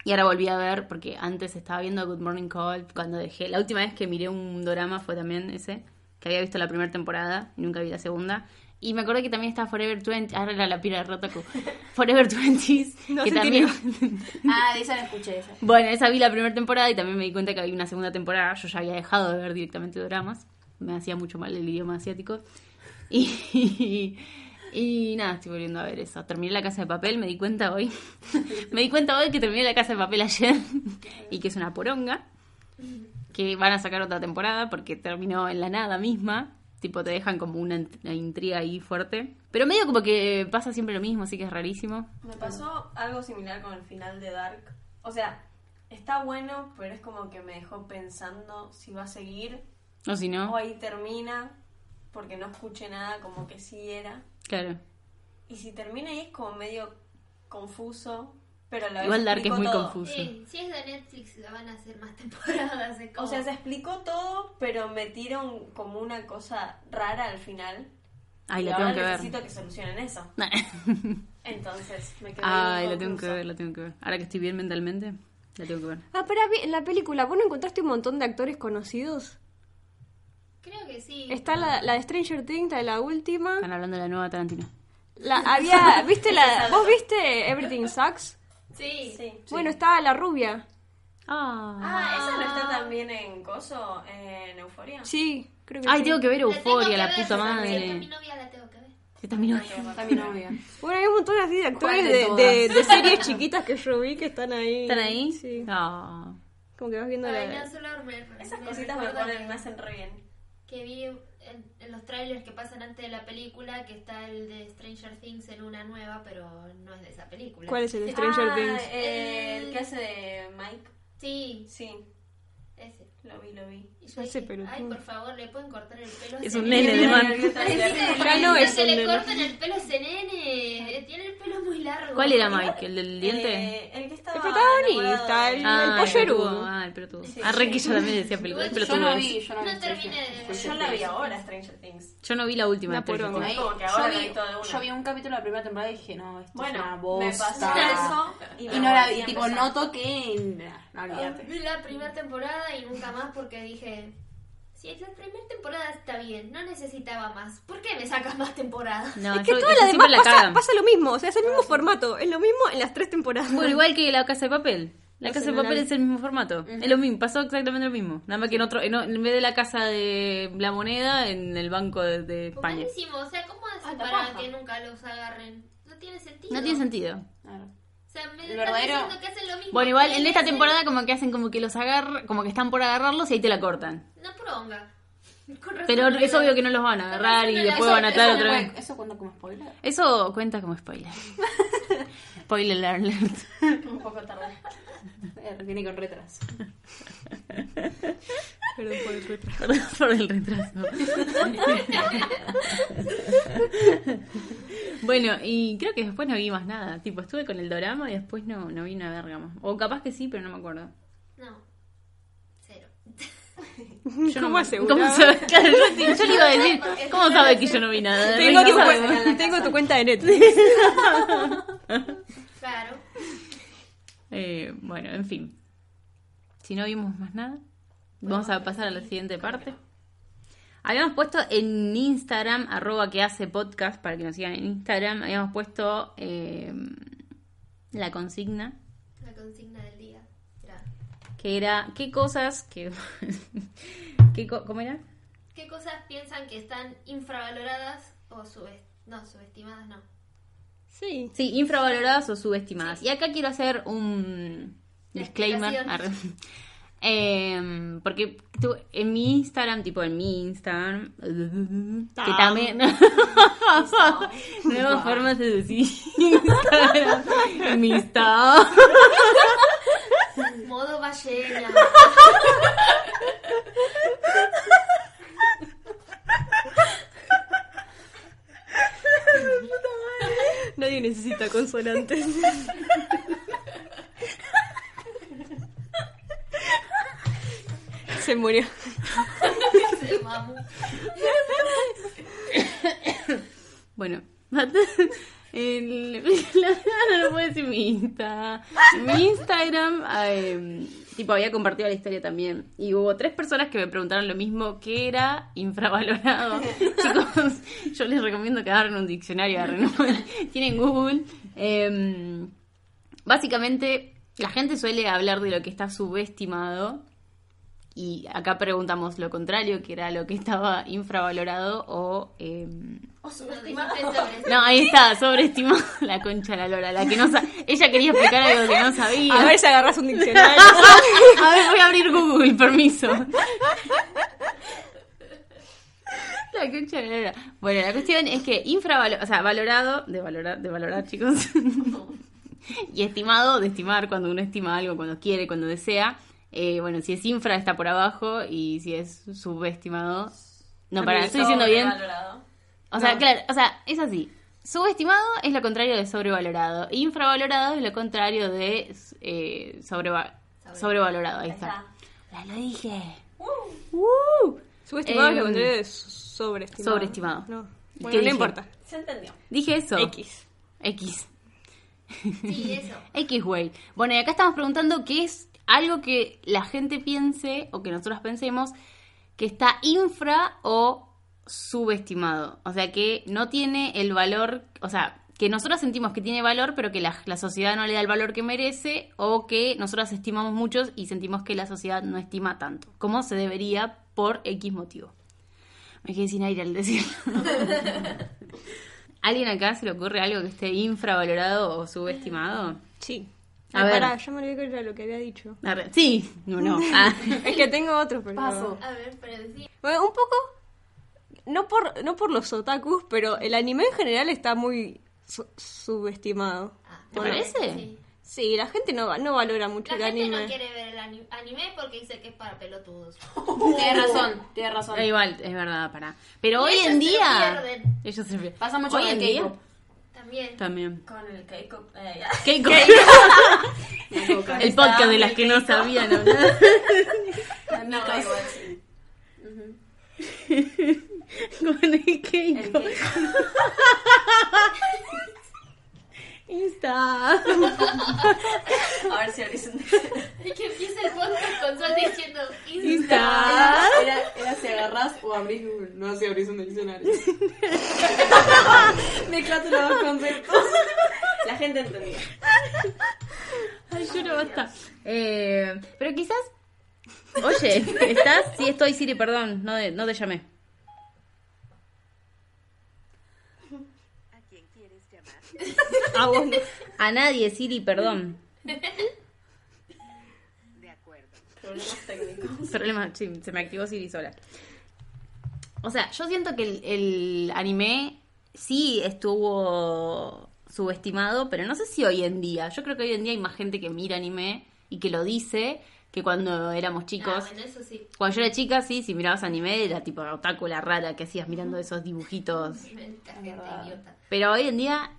A: Y ahora volví a ver porque antes estaba viendo Good Morning Call cuando dejé. La última vez que miré un drama fue también ese, que había visto la primera temporada y nunca vi la segunda. Y me acordé que también estaba Forever 20, ahora era la pira de Rotaku. Forever 20
C: No
A: que
C: sé,
A: también
E: Ah, de esa la escuché, esa.
A: bueno, esa vi la primera temporada y también me di cuenta que había una segunda temporada. Yo ya había dejado de ver directamente dramas. Me hacía mucho mal el idioma asiático. Y, y, nada, estoy volviendo a ver eso. Terminé La Casa de Papel, me di cuenta hoy. me di cuenta hoy que terminé La Casa de Papel ayer y que es una poronga. Que van a sacar otra temporada porque terminó en la nada misma. Tipo, te dejan como una int- intriga ahí fuerte. Pero medio como que pasa siempre lo mismo, así que es rarísimo.
D: Me pasó algo similar con el final de Dark. O sea, está bueno, pero es como que me dejó pensando si va a seguir
A: O si
D: o
A: no,
D: ahí termina, porque no escuché nada como que sí era.
A: claro.
D: Y si termina ahí es como medio confuso, pero a la vez
A: Igual Dark es
D: explicó
A: muy
D: todo.
A: confuso.
B: Sí, si es de Netflix, la van a hacer más temporadas. es
D: O
B: como-
D: sea, se explicó todo, pero metieron como una cosa rara al final.
A: Ay,
D: y
A: la
D: ahora
A: tengo que ver.
D: necesito que solucionen eso. Entonces, me quedé
A: Ay, la
D: inconclusa.
A: tengo que ver, la tengo que ver. Ahora que estoy bien mentalmente, la tengo que ver.
C: Ah, pero en la película, ¿vos no encontraste un montón de actores conocidos?
B: Creo que sí.
C: Está la, la de Stranger Things, la de la última.
A: Están hablando de la nueva Tarantino.
C: La, había, ¿viste la, ¿Vos viste Everything Sucks?
B: Sí.
D: Sí.
C: Bueno, estaba la rubia.
A: Ah.
D: Ah, ¿esa no está también en Coso, en Euforia?
C: Sí, creo que
A: Ay,
C: sí.
A: tengo que ver
B: La tengo
A: Euforia,
B: que
A: la
B: ver,
A: puta
B: Esta es mi
A: madre.
B: novia, la tengo que ver.
A: Esta es mi novia.
E: Está mi novia.
C: Bueno, hay un montón así de actores
E: ¿Cuál de
C: de,
E: todas?
C: de- de series chiquitas que yo vi que están ahí.
A: ¿Están ahí?
C: Sí.
A: Ah.
C: Como que vas viendo
B: Ay,
C: la...
B: no, solo me-
D: Esas
B: me
D: cositas me
B: recuerda
D: ponen,
B: que-
D: me hacen re bien.
B: que vi en, en los trailers que pasan antes de la película, que está el de Stranger Things en una nueva, pero no es de esa película.
C: ¿Cuál es el de Stranger
D: Ah,
C: Things?
D: eh, El que hace de Mike.
B: Sí,
D: Sí,
B: ese.
D: lo vi, lo vi.
B: Y yo
C: No
B: dije,
C: sé, pero-
B: Ay, por favor, le pueden cortar el pelo. a
A: Es
B: ese
A: un
B: nene".
A: nene de man.
B: Ya no es que
C: un
B: le
C: nene.
B: corten el pelo a ese nene. Tiene el pelo muy largo.
A: ¿Cuál era Mike? ¿El del diente?
D: Eh, el que estaba
C: El protagonista,
D: enamorado de-
C: el- Ah, pollerudo.
A: pelotudo, Ah, el pelotudo.
D: Sí,
A: ah,
D: sí.
A: Requillo también decía pelotudo.
B: Yo
A: pelotudo
E: no
A: es.
E: vi, yo no vi.
B: terminé de
D: Yo la vi ahora, Stranger Things.
A: Yo no vi la última.
C: Una
A: de Stranger
C: poronga.
A: Things.
D: Es como que ahora
E: yo,
D: la
E: vi,
D: vi toda de una.
E: yo vi un capítulo de la primera temporada y dije, no, esto es una
D: Bueno, me pasó
E: bosta.
D: eso.
E: Y no la
D: volví
E: vi,
D: a
E: tipo,
D: empezar. Ah.
E: no toqué en... No, olvídate.
B: Vi la primera temporada y nunca más porque dije, si es la primera temporada está bien, no necesitaba más. ¿Por qué me sacas más temporadas?
A: No,
C: Es que
A: yo-
C: todas
A: yo
C: las
A: siempre
C: demás pasa,
A: cagan.
C: pasa lo mismo, o sea, es el mismo formato, es lo mismo en las tres temporadas.
A: Bueno, igual que la casa de papel. La
C: No
A: casa
C: sé,
A: de
C: no
A: papel
C: la vi.
A: es el mismo formato. Es lo mismo, pasó exactamente lo mismo. Nada más que en otro, en, o- en vez de la casa de la moneda, en el banco de, de España.
B: Buenísimo, o sea, ¿cómo hacen
D: Alta
B: para
D: paja.
B: que nunca los agarren? No tiene sentido.
A: No tiene sentido.
E: Claro.
B: O sea, me
E: El
B: estás
E: verdadero-
B: diciendo que hacen lo mismo.
A: Bueno, igual
B: tres
A: en esta
B: veces.
A: temporada como que hacen como que los agarran, como que están por agarrarlos y ahí te la cortan.
B: No pronga. Con razón,
A: Pero
B: no
A: es
B: la-
A: obvio que no los van a agarrar y
B: Eso-
A: después
C: Ah,
A: van a
B: eso
A: atar
B: no
A: otra
E: Bueno,
A: vez.
E: ¿Eso cuenta como spoiler?
A: Eso cuenta como spoiler. spoiler alert.
D: Un poco tarde.
E: Eh, Viene con retraso.
C: Perdón por el retraso.
A: Perdón por el retraso. bueno, y creo que después no vi más nada. Tipo, estuve con el dorama y después no, no vi una verga más. O capaz que sí, pero no me acuerdo.
B: No. Cero.
A: no
C: ¿Cómo
A: me-
C: aseguraba?
A: ¿Cómo sabe? Claro, yo, yo le iba a decir,
B: Porque
A: ¿cómo
B: yo
A: sabe
B: no
A: que
B: sé.
A: yo no vi nada?
C: Tengo,
A: ¿Qué
C: tu,
A: sabe?
C: cuen-
D: en la
C: tengo
D: casa.
C: tu cuenta de Netflix.
B: Claro.
A: Eh, bueno, en fin. Si no vimos más nada, vamos a pasar a la siguiente parte. Habíamos puesto en Instagram, arroba que hace podcast, para que nos sigan en Instagram, habíamos puesto eh, la consigna,
B: La consigna del día. Era,
A: que era qué cosas que... qué co- ¿Cómo era?
B: ¿Qué cosas piensan que están infravaloradas o subes- no, subestimadas? No.
C: Sí.
A: Sí, infravaloradas o subestimadas. Y acá quiero hacer un
B: La
A: disclaimer.
B: explicación.
A: arre. Em, porque tú- en mi Instagram, tipo en mi Instagram, que también. Nuevas formas de decir Instagram. Mi Instagram.
B: Modo ballena.
C: Nadie necesita consonantes. Se murió.
B: Se mamu.
A: Bueno, el- la- no lo puedo decir mi Insta. Mi Instagram, eh, tipo, había compartido la historia también. Y hubo tres personas que me preguntaron lo mismo, que era infravalorado. Chicos, yo les recomiendo que agarren un diccionario, agarren un- tienen Google. Em, básicamente, la gente suele hablar de lo que está subestimado. Y acá preguntamos lo contrario, que era lo que estaba infravalorado o... em,
D: O
B: No
D: subestimado.
B: dijiste sobre
A: no, ahí está, sobreestimada la concha de la lora, la que no sa- ella quería explicar algo que no sabía.
C: A ver si agarras un diccionario.
A: A ver, voy a abrir Google, permiso. La concha de la lora. Bueno, la cuestión es que infravalorado, o sea, valorado, de valorar, de valorar, chicos. y estimado, de estimar cuando uno estima algo, cuando quiere, cuando desea. Eh, bueno, si es infra está por abajo y si es subestimado. No, para, estoy diciendo bien.
D: Sobrevalorado.
A: O sea, claro, o sea, es así. Subestimado es lo contrario de sobrevalorado. Infravalorado es lo contrario de eh, sobreva- sobrevalorado. Ahí está. Ya lo dije. Uh.
C: Subestimado es
A: Eh,
C: lo contrario de so- sobreestimado.
A: sobreestimado.
C: No.
A: ¿Y
C: Bueno,
A: qué
C: no
A: dije?
C: importa.
D: Se entendió.
A: Dije eso.
C: X.
A: X.
B: Sí, eso.
A: X, güey. Bueno, y acá estamos preguntando qué es algo que la gente piense o que nosotros pensemos que está infra o subestimado. O sea, que no tiene el valor, o sea, que nosotros sentimos que tiene valor, pero que la, la sociedad no le da el valor que merece o que nosotros estimamos muchos y sentimos que la sociedad no estima tanto, como se debería por X motivo. Me quedé sin aire al decirlo. ¿Alguien acá se le ocurre algo que esté infravalorado o subestimado?
C: Sí.
A: A
C: Ah,
A: ver.
C: Pará, yo me olvidé que era lo que había dicho.
A: Arre- Sí, no, no. Ah.
C: Es que tengo otro, pero...
E: Paso.
B: A ver, pero sí.
C: Bueno, un poco no por, no por los otakus, pero el anime en general está muy su- subestimado.
B: Ah,
A: ¿Te
C: Bueno,
A: parece?
B: sí.
C: Sí, la gente no, va- no valora mucho
B: La
C: el
B: gente
C: anime.
B: no quiere ver el ani- anime porque dice que es para pelotudos.
E: Tienes razón, tienes razón.
A: Ah, Igual, es verdad, para. Pero
B: Y
A: hoy
B: ellos
A: en
B: se lo
A: día.
B: pierden.
A: Ellos se pierden.
E: Pasa mucho
A: hoy
E: con
A: en
E: el
A: día.
E: K-pop.
B: También.
A: También.
D: Con el Keiko. eh,
A: Keiko.
E: Me toca.
A: El podcast de las que no sabían hablar.
D: no, igual sí.
A: Con el
D: El
A: Keiko.
D: Keiko.
A: Insta.
D: A ver si abrís un.
B: Y que empieza el podcast con Sol diciendo Insta.
A: Insta.
D: Era, era si agarrás o abrís Google, no si abrís un diccionario. Mezclaste los dos conceptos. La gente entendía.
A: Ay, yo no basta. Eh, pero quizás. Oye, ¿estás? Sí, estoy, Siri, perdón, no, de- no te llamé.
C: Ah, bueno.
A: A nadie, Siri, perdón.
D: Problemas técnicos.
A: Problema, sí, se me activó Siri sola. O sea, yo siento que el, el anime sí estuvo subestimado, pero no sé si hoy en día. Yo creo que hoy en día hay más gente que mira anime y que lo dice que cuando éramos
B: Ah,
A: chicos.
B: bueno, eso sí.
A: Cuando yo era chica, sí, si mirabas anime era tipo otaku la rara que hacías mirando esos dibujitos
B: Maldita gente
E: verdad.
B: idiota.
A: Pero hoy en día,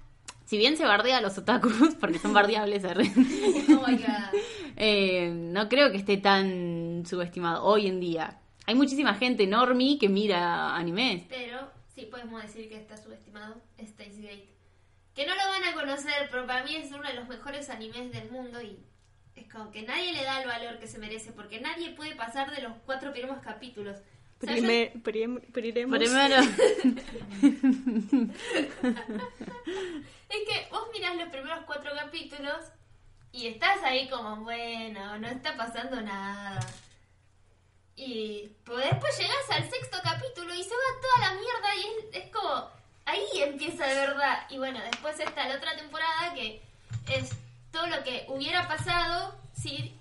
A: si bien se bardea a los otakus, porque son bardeables, ¿eh?
B: Oh my god.
A: eh, no creo que esté tan subestimado hoy en día. Hay muchísima gente normie que mira animes.
B: Pero sí podemos decir que está subestimado Stacy Gate. Que no lo van a conocer, pero para mí es uno de los mejores animes del mundo y es como que nadie le da el valor que se merece porque nadie puede pasar de los cuatro primeros capítulos. O sea, yo-
C: Primer, prim- priremos.
A: Primero,
B: es que vos mirás los primeros cuatro capítulos y estás ahí como, bueno, no está pasando nada. Y pero después llegas al sexto capítulo y se va toda la mierda y es, es como, ahí empieza de verdad. Y bueno, después está la otra temporada que es todo lo que hubiera pasado si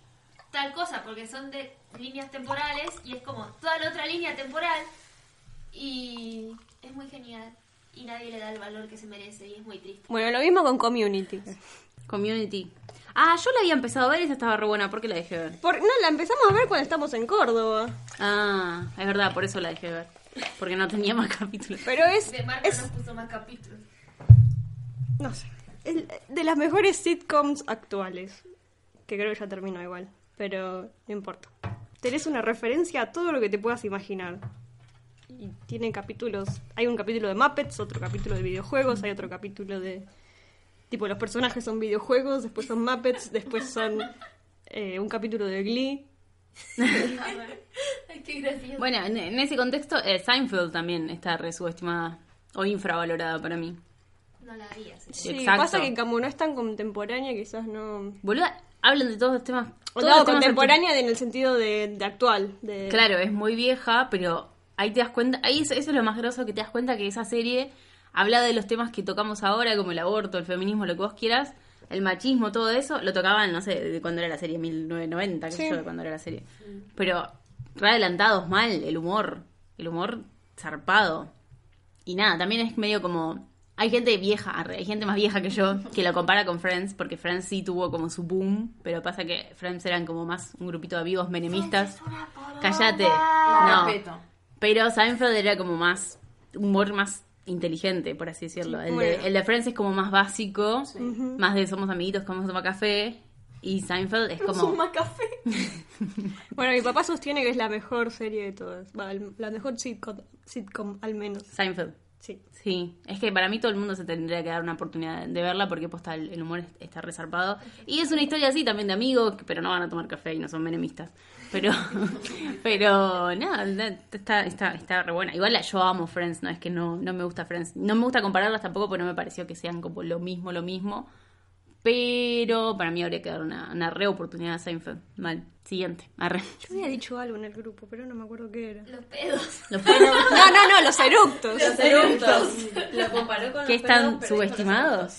B: tal cosa, porque son de líneas temporales y es como toda la otra línea temporal. Y es muy genial. Y nadie le da el valor que se merece y es muy triste.
C: Bueno, lo mismo con Community.
A: Community. Ah, yo la había empezado a ver y esa estaba re buena. ¿Por qué la dejé de ver?
C: Por, no, la empezamos a ver cuando estamos en Córdoba.
A: Ah, es verdad, por eso la dejé de ver. Porque no tenía más capítulos.
C: Pero es,
B: De Marco
C: es
B: nos puso más capítulos.
C: no sé, es de las mejores sitcoms actuales. Que creo que ya terminó igual, pero no importa. Tenés una referencia a todo lo que te puedas imaginar. Y tiene capítulos, hay un capítulo de Muppets, otro capítulo de videojuegos, hay otro capítulo de... Tipo, los personajes son videojuegos, después son Muppets, después son eh, un capítulo de Glee.
B: Ay, qué gracioso.
A: Bueno, en, en ese contexto, eh, Seinfeld también está re subestimada o infravalorada para mí.
B: No la vi así.
C: Sí,
A: Exacto.
C: pasa que como no es tan contemporánea, quizás no...
A: Boluda, hablan de todos los temas.
C: O
A: todos los
C: no,
A: temas
C: contemporánea en el sentido de, de actual. De...
A: Claro, es muy vieja, pero ahí te das cuenta, ahí es- eso es lo más groso que te das cuenta que esa serie habla de los temas que tocamos ahora, como el aborto, el feminismo, lo que vos quieras, el machismo, todo eso, lo tocaban, no sé, de cuando era la serie, 1990, qué sé
C: Sí.
A: yo, de cuando era la serie. Pero re adelantados mal, el humor, el humor zarpado. Y nada, también es medio como... Hay gente vieja, arre, hay gente más vieja que yo que lo compara con Friends, porque Friends sí tuvo como su boom, pero pasa que Friends eran como más un grupito de amigos menemistas. Cállate.
E: La
A: No.
E: Ah, respeto.
A: Pero Seinfeld era como más humor más inteligente, por así decirlo. el, de,
C: bueno.
A: el de Friends es como más básico, más de somos amiguitos, como toma café. Y Seinfeld es como.
D: Suma café.
C: Bueno, mi papá sostiene que es la mejor serie de todas. Va, el- la mejor sitcom, sitcom, al menos.
A: Seinfeld.
C: Sí.
A: Sí, es que para mí todo el mundo se tendría que dar una oportunidad de verla porque posta el, el humor es- está resarpado. Y es una historia así también de amigos, que- pero no van a tomar café y no son menemistas. Pero, pero nada, la- está, está, está re buena. Igual la- yo amo Friends, no es que no, no me gusta Friends. No me gusta compararlas tampoco porque no me pareció que sean como lo mismo, lo mismo. Pero para mí habría que dar una, una re oportunidad a Seinfeld. Mal, siguiente. Arre.
C: Yo había dicho algo en el grupo, pero no me acuerdo qué era.
B: Los pedos.
A: Los
C: No, no, no, los eructos.
D: Los eructos. Lo comparó con los
A: que están
D: pedos, pero dijo los
A: subestimados.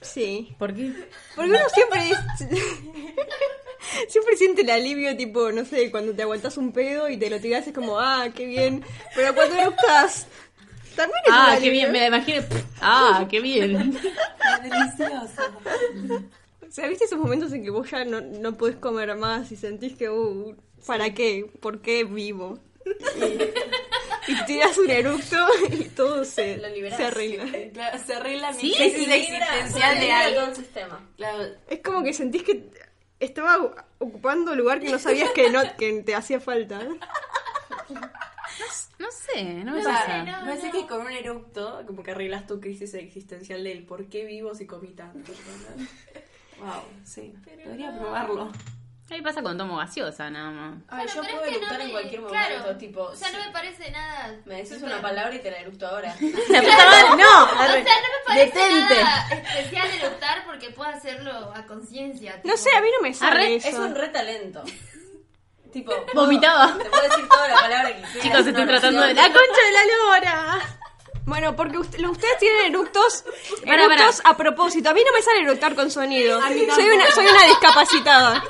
C: Sí.
A: ¿Por qué?
C: Porque uno siempre dice... Siempre siente el alivio, tipo, no sé, cuando te aguantas un pedo y te lo tiras es como, ah, qué bien. Pero cuando eructas, también es un
A: Ah, qué
C: alivio.
A: bien, me la imaginé. Ah, qué bien.
E: Delicioso.
C: O sea, ¿viste esos momentos en que vos ya no, no podés comer más y sentís que, uh, ¿para qué? ¿Por qué vivo? Y, y tiras un eructo y todo se,
D: Lo liberás.
C: se arregla.
E: Claro, se arregla mi
A: Sí,
E: crisis
A: sí,
E: existencial de
D: algo
E: algo.
D: en sistema.
E: Claro,
C: Es como que sentís que estaba ocupando lugar que no sabías que no que te hacía falta.
A: No sé, no me
E: o
A: pasa.
E: sea,
B: no, no.
E: me parece que con un eructo como que arreglas tu crisis existencial del por qué vivo si comí tanto. ¿verdad? wow, sí. Debería probarlo.
A: A mí pasa cuando tomo gaseosa, nada más.
E: Ay,
B: Bueno,
E: yo
B: pero
E: puedo
B: es que no
E: eructar en
B: me-
E: cualquier momento,
B: claro.
E: tipo...
B: O sea,
E: sí.
B: no me parece nada.
D: Me decís
B: super-
D: una palabra y te la eructo ahora.
A: La puta madre, no.
B: O sea, no
A: arre-
B: me parece
A: detente.
B: nada especial de optar porque puedo hacerlo a conciencia.
C: No
B: tipo.
C: sé, a mí no me sale
A: Arre,
C: eso.
D: Es un retalento. Tipo,
A: Vomitaba.
D: Te puedo decir toda la palabra que quieras.
A: Chicos,
D: una
A: estoy tratando de
D: oración.
A: la concha de la lora.
C: Bueno, porque ust- lo- ustedes tienen eructos,
A: Pará,
C: eructos a propósito. A mí no me sale eructar con sonido.
E: A mí
C: Soy
E: tampoco.
C: una, soy una discapacitada.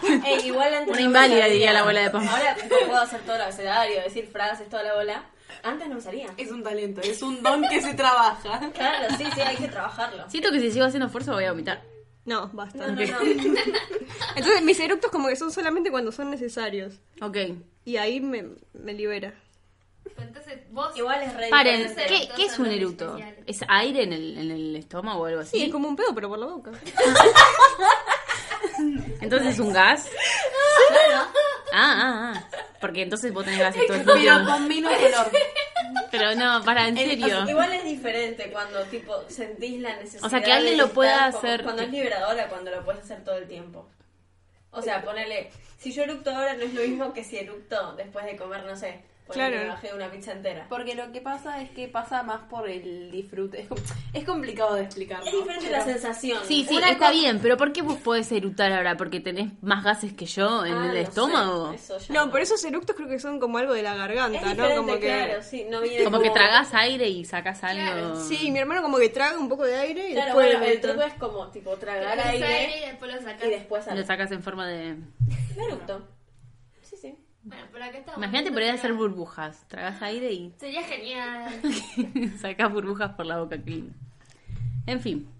D: Ey, Eh, igual
A: Una
D: antes no me
A: inválida,
D: salía.
A: diría la abuela de Pampa.
D: Ahora tipo, puedo hacer todo el abecedario, decir frases, toda la bola. Antes no me salía.
E: Es un talento, es un don que se trabaja.
D: Claro, sí, sí, hay que trabajarlo.
A: Siento que si sigo haciendo esfuerzo voy a vomitar.
C: No, basta.
D: No, no, no.
C: Entonces mis eructos como que son solamente cuando son necesarios.
A: Ok.
C: Y ahí me, me libera.
B: Entonces vos.
D: Igual es re
A: Paren,
D: diferente.
A: ¿qué, qué es un eructo? ¿Es aire en el, en el estómago o algo
C: Sí, es
A: así?
C: como un pedo, pero por la boca.
A: Entonces es un gas. Ah, ah, ah. Porque entonces vos tenés gas en todo el
E: Pero
A: tiempo.
E: con menos dolor.
A: Pero no, para, en
D: El-
A: serio.
D: o sea, Igual es diferente cuando tipo sentís la necesidad.
A: O sea, que alguien lo
D: de
A: pueda
D: estar como-
A: hacer-
D: Cuando es liberadora, cuando lo puedes hacer todo el tiempo. O sea, ponele. Si yo eructo ahora, no es lo mismo que si eructo después de comer, no sé. Ponele,
C: Claro.
D: me bajé una pizza entera.
E: Porque lo que pasa es que pasa más por el disfrute. Es, com- es complicado de explicar.
D: Es diferente la sensación.
A: Sí, sí,
D: Una
A: está
D: co-
A: bien, pero ¿por qué vos podés eructar ahora? ¿Porque tenés más gases que yo en
D: Ah, no
A: el
D: sé,
A: estómago?
D: eso ya
C: No, pero esos eructos creo que son como algo de la
D: Es
C: garganta, ¿no?
D: diferente,
C: Como que...
D: claro, sí, no viene
A: Como que tragás aire y sacás algo.
B: Claro,
C: Sí, mi hermano como que traga un poco de aire y
D: Claro,
C: después...
D: bueno, el
C: eructa.
D: truco es como tipo tragar
B: Tragar aire
D: aire
B: y después lo sacás.
D: y después
A: Lo
D: al
A: sacas en forma de.
D: eructo. Sí, sí.
B: Bueno, pero acá estamos.
A: Imagínate poder hacer burbujas. Tragas aire y
B: Sería genial.
A: sacas burbujas por la boca, qué lindo. En fin.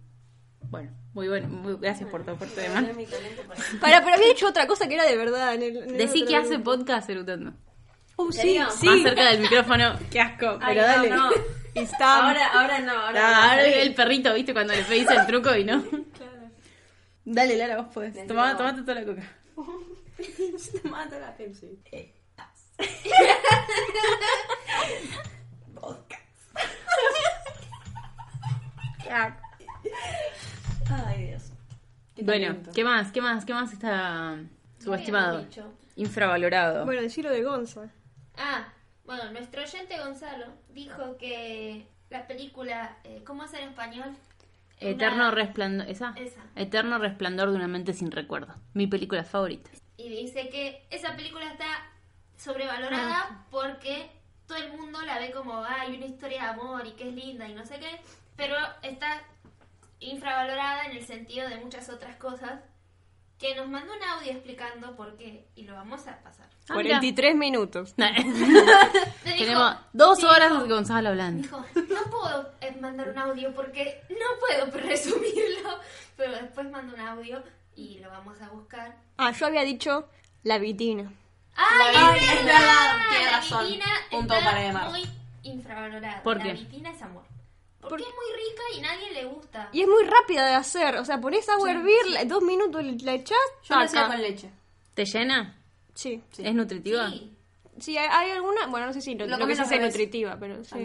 A: Bueno, muy bueno. muy- gracias por tu aporte de mano.
D: Gané mi talento para-
C: Pará, pero había hecho otra cosa que era de verdad en el... en el
A: Decí
C: otro
A: que hace
C: grupo.
A: podcast erutando.
C: Oh,
D: ¿En
C: sí,
D: serio?
C: sí.
A: Más cerca del micrófono. Qué asco.
D: Ay,
C: Pero
D: no,
C: dale.
D: no.
C: Está...
D: Ahora, ahora no, ahora no.
A: Ah, ahora el perrito, ¿viste? Cuando le pedís el truco y no. Dale, Lara, vos podés. Tomá, tomate toda la coca.
E: Te mata la Pepsi.
D: Ay, Dios.
A: Bueno, ¿qué más? ¿Qué más? ¿Qué más está subestimado?
B: Habíamos dicho.
A: Infravalorado.
C: Bueno, decí lo de Gonza.
B: Ah, bueno, nuestro oyente Gonzalo dijo que la película. eh, ¿Cómo es en español?
A: Eterno
B: Una-
A: resplandor. ¿Esa?
B: Esa.
A: Eterno resplandor de una mente sin recuerdo. Mi película favorita.
B: Y dice que esa película está sobrevalorada porque todo el mundo la ve como, hay una historia de amor y que es linda y no sé qué, pero está infravalorada en el sentido de muchas otras cosas que nos mandó un audio explicando por qué y lo vamos a pasar.
A: Ah,
C: 43 minutos.
A: mirá.
B: Me dijo-
A: Tenemos dos
B: sí,
A: horas de
B: dijo-
A: Gonzalo hablando.
B: Dijo, no puedo eh, mandar un audio porque no puedo resumirlo, pero después mando un audio y lo vamos a buscar.
C: Ah, yo había dicho la vitina.
B: ¡Ay,
E: La
B: es
E: vitina,
B: verdad!
E: tiene
B: la
E: razón.
B: vitina
E: Punto
B: está
E: para Emma.
B: muy infravalorada.
A: ¿Por
B: la
A: qué?
B: vitina es amor. Porque
C: ¿Por
B: es muy rica y nadie le gusta.
C: Y es muy rápida de hacer. O sea, ponés agua a hervir, la- dos minutos la echás,
E: Yo lo hacía
C: taca.
E: con leche.
A: ¿Te llena?
C: Sí.
A: ¿Es nutritiva?
B: Sí.
C: Sí, hay, hay alguna... Bueno, no sé si lo,
E: Lo
C: lo que
E: comen
C: se
E: los
C: hace
E: bebés.
C: nutritiva, pero sí.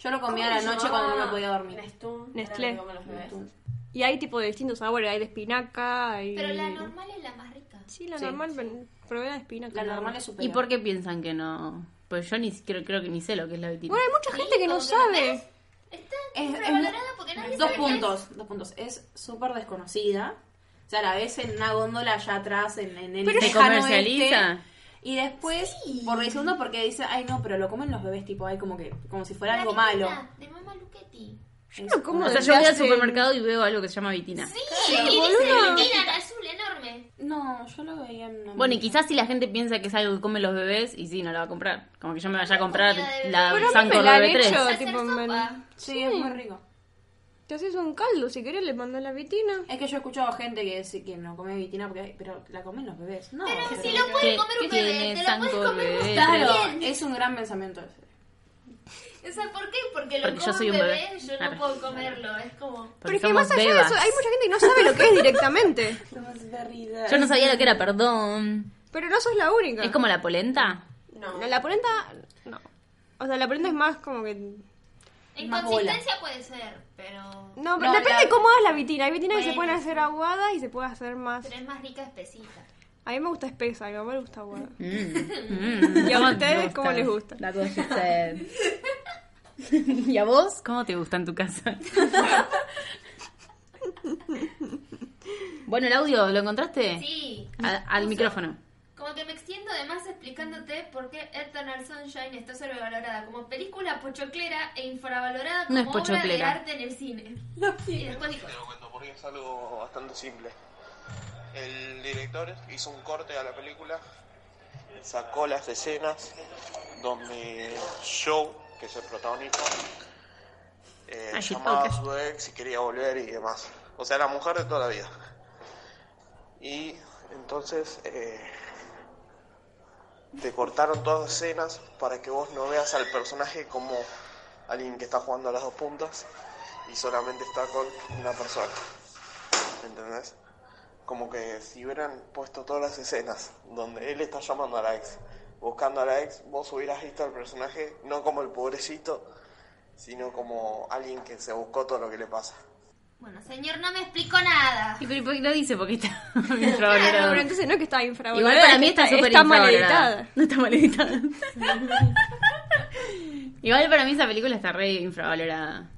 E: Yo lo comía a la noche cuando no me podía dormir.
D: Nestum.
C: Nestlé.
D: era lo que comen los bebés.
C: Y hay tipo de distintos sabores. Hay de espinaca, hay...
B: Pero la normal es la más rica.
C: Sí, la
E: Sí.
C: normal, pero probé la de espinaca.
E: La
C: nada
E: normal
C: más.
E: es superior.
A: ¿Y por qué piensan que no? Pues yo ni creo, creo que ni sé lo que es la vitina.
C: Bueno, hay mucha gente
B: Sí,
C: que no
B: como que
C: sabe.
B: ves, Está
E: Es- es-
B: infravalorada porque nadie
E: Dos
B: sabe qué
E: puntos, dos puntos. Es súper desconocida. O sea, la ves en una góndola allá atrás, en, en el
A: Pero ¿Se
E: lejano
A: comercializa?
E: oeste. Y después, por el segundo, porque dice, ay no, pero lo comen los bebés, tipo, ay, como que, como si fuera
B: es.
E: algo
B: La
E: malo.
B: vitina De mamá Luchetti.
C: Yo no como
A: O sea,
C: desde
A: yo voy al
C: hace-
A: supermercado y veo algo que se llama vitina.
B: Sí, y dice
C: boludo.
B: vitina azul enorme.
E: No, yo lo veía en una-
A: Bueno, y quizás si la gente piensa que es algo que comen los bebés, y sí, no la va a comprar. Como que yo me vaya a comprar
B: Comida de bebé.
A: la
C: Pero a mí
A: San
C: me la han
A: Cordobé 3.
C: hecho.
B: Hacer
C: tipo,
B: sopa.
C: man-
E: Sí, es muy rico.
C: Te haces un caldo, si querés le mando la vitina.
E: Es que yo he escuchado gente que dice que no come vitina, porque, pero la comen los bebés. No,
B: Pero
E: pero-
B: si lo puede comer un bebé, te lo puedes comer vos
E: Claro,
B: también.
E: es un gran pensamiento ese.
B: O sea, ¿por qué? Porque lo
A: Porque yo
B: como
A: soy
B: un
A: un
B: bebé,
A: bebé.
B: yo no
A: Claro.
B: puedo comerlo. Es como...
A: Porque
C: Pero que más
A: somos
C: allá de
A: bebas.
C: eso, hay mucha gente que no sabe lo que es directamente.
A: Yo no sabía lo que era, perdón.
C: Pero no sos la única.
A: ¿Es como la polenta?
D: No.
C: La polenta, no. O sea, la polenta es más como que... No,
B: En
E: Más
B: consistencia puede ser, pero...
C: pero
E: No,
C: depende
E: la-
C: de cómo hagas la vitina. Hay vitinas que se
B: Bueno,
C: pueden hacer aguadas y se puede hacer más...
B: Pero es más rica espesita.
C: A mí me gusta espesa, a mi mamá le gusta aguada.
A: Mm, mm.
C: ¿Y a
A: ¿Cómo
C: ustedes
A: te gusta?
C: cómo les gusta?
A: La consistencia. ¿Y a vos? ¿Cómo te gusta en tu casa? bueno, el audio, ¿lo encontraste?
B: Sí.
A: A- al micrófono.
B: Como que me extiendo además explicándote por qué Eternal Sunshine está sobrevalorada como película pochoclera e infravalorada
A: No
B: como
A: es
B: obra de
A: pochoclera.
B: arte en el cine. Y después dijo,
F: Te lo cuento porque es algo bastante simple. El director hizo un corte a la película, sacó las escenas donde Joe, que es el protagonista, eh,
A: Ah, she
F: llamaba a
A: focused.
F: su ex y quería volver y demás. O sea, la mujer de toda la vida. Y entonces eh, te cortaron todas las escenas para que vos no veas al personaje como alguien que está jugando a las dos puntas y solamente está con una persona. ¿Entendés? Como que si hubieran puesto todas las escenas donde él está llamando a la ex, buscando a la ex, vos hubieras visto al personaje no como el pobrecito, sino como alguien que se buscó todo lo que le pasa.
B: bueno, señor, no me explicó nada.
A: ¿Y por qué lo dice? Porque está
C: Claro,
A: infravalorado.
C: pero entonces no es que está infravalorada.
A: Igual para mí
C: es que
A: está súper
C: Está mal
A: infravalorada.
C: editada.
A: No está mal editada. Igual para mí esa película está re infravalorada.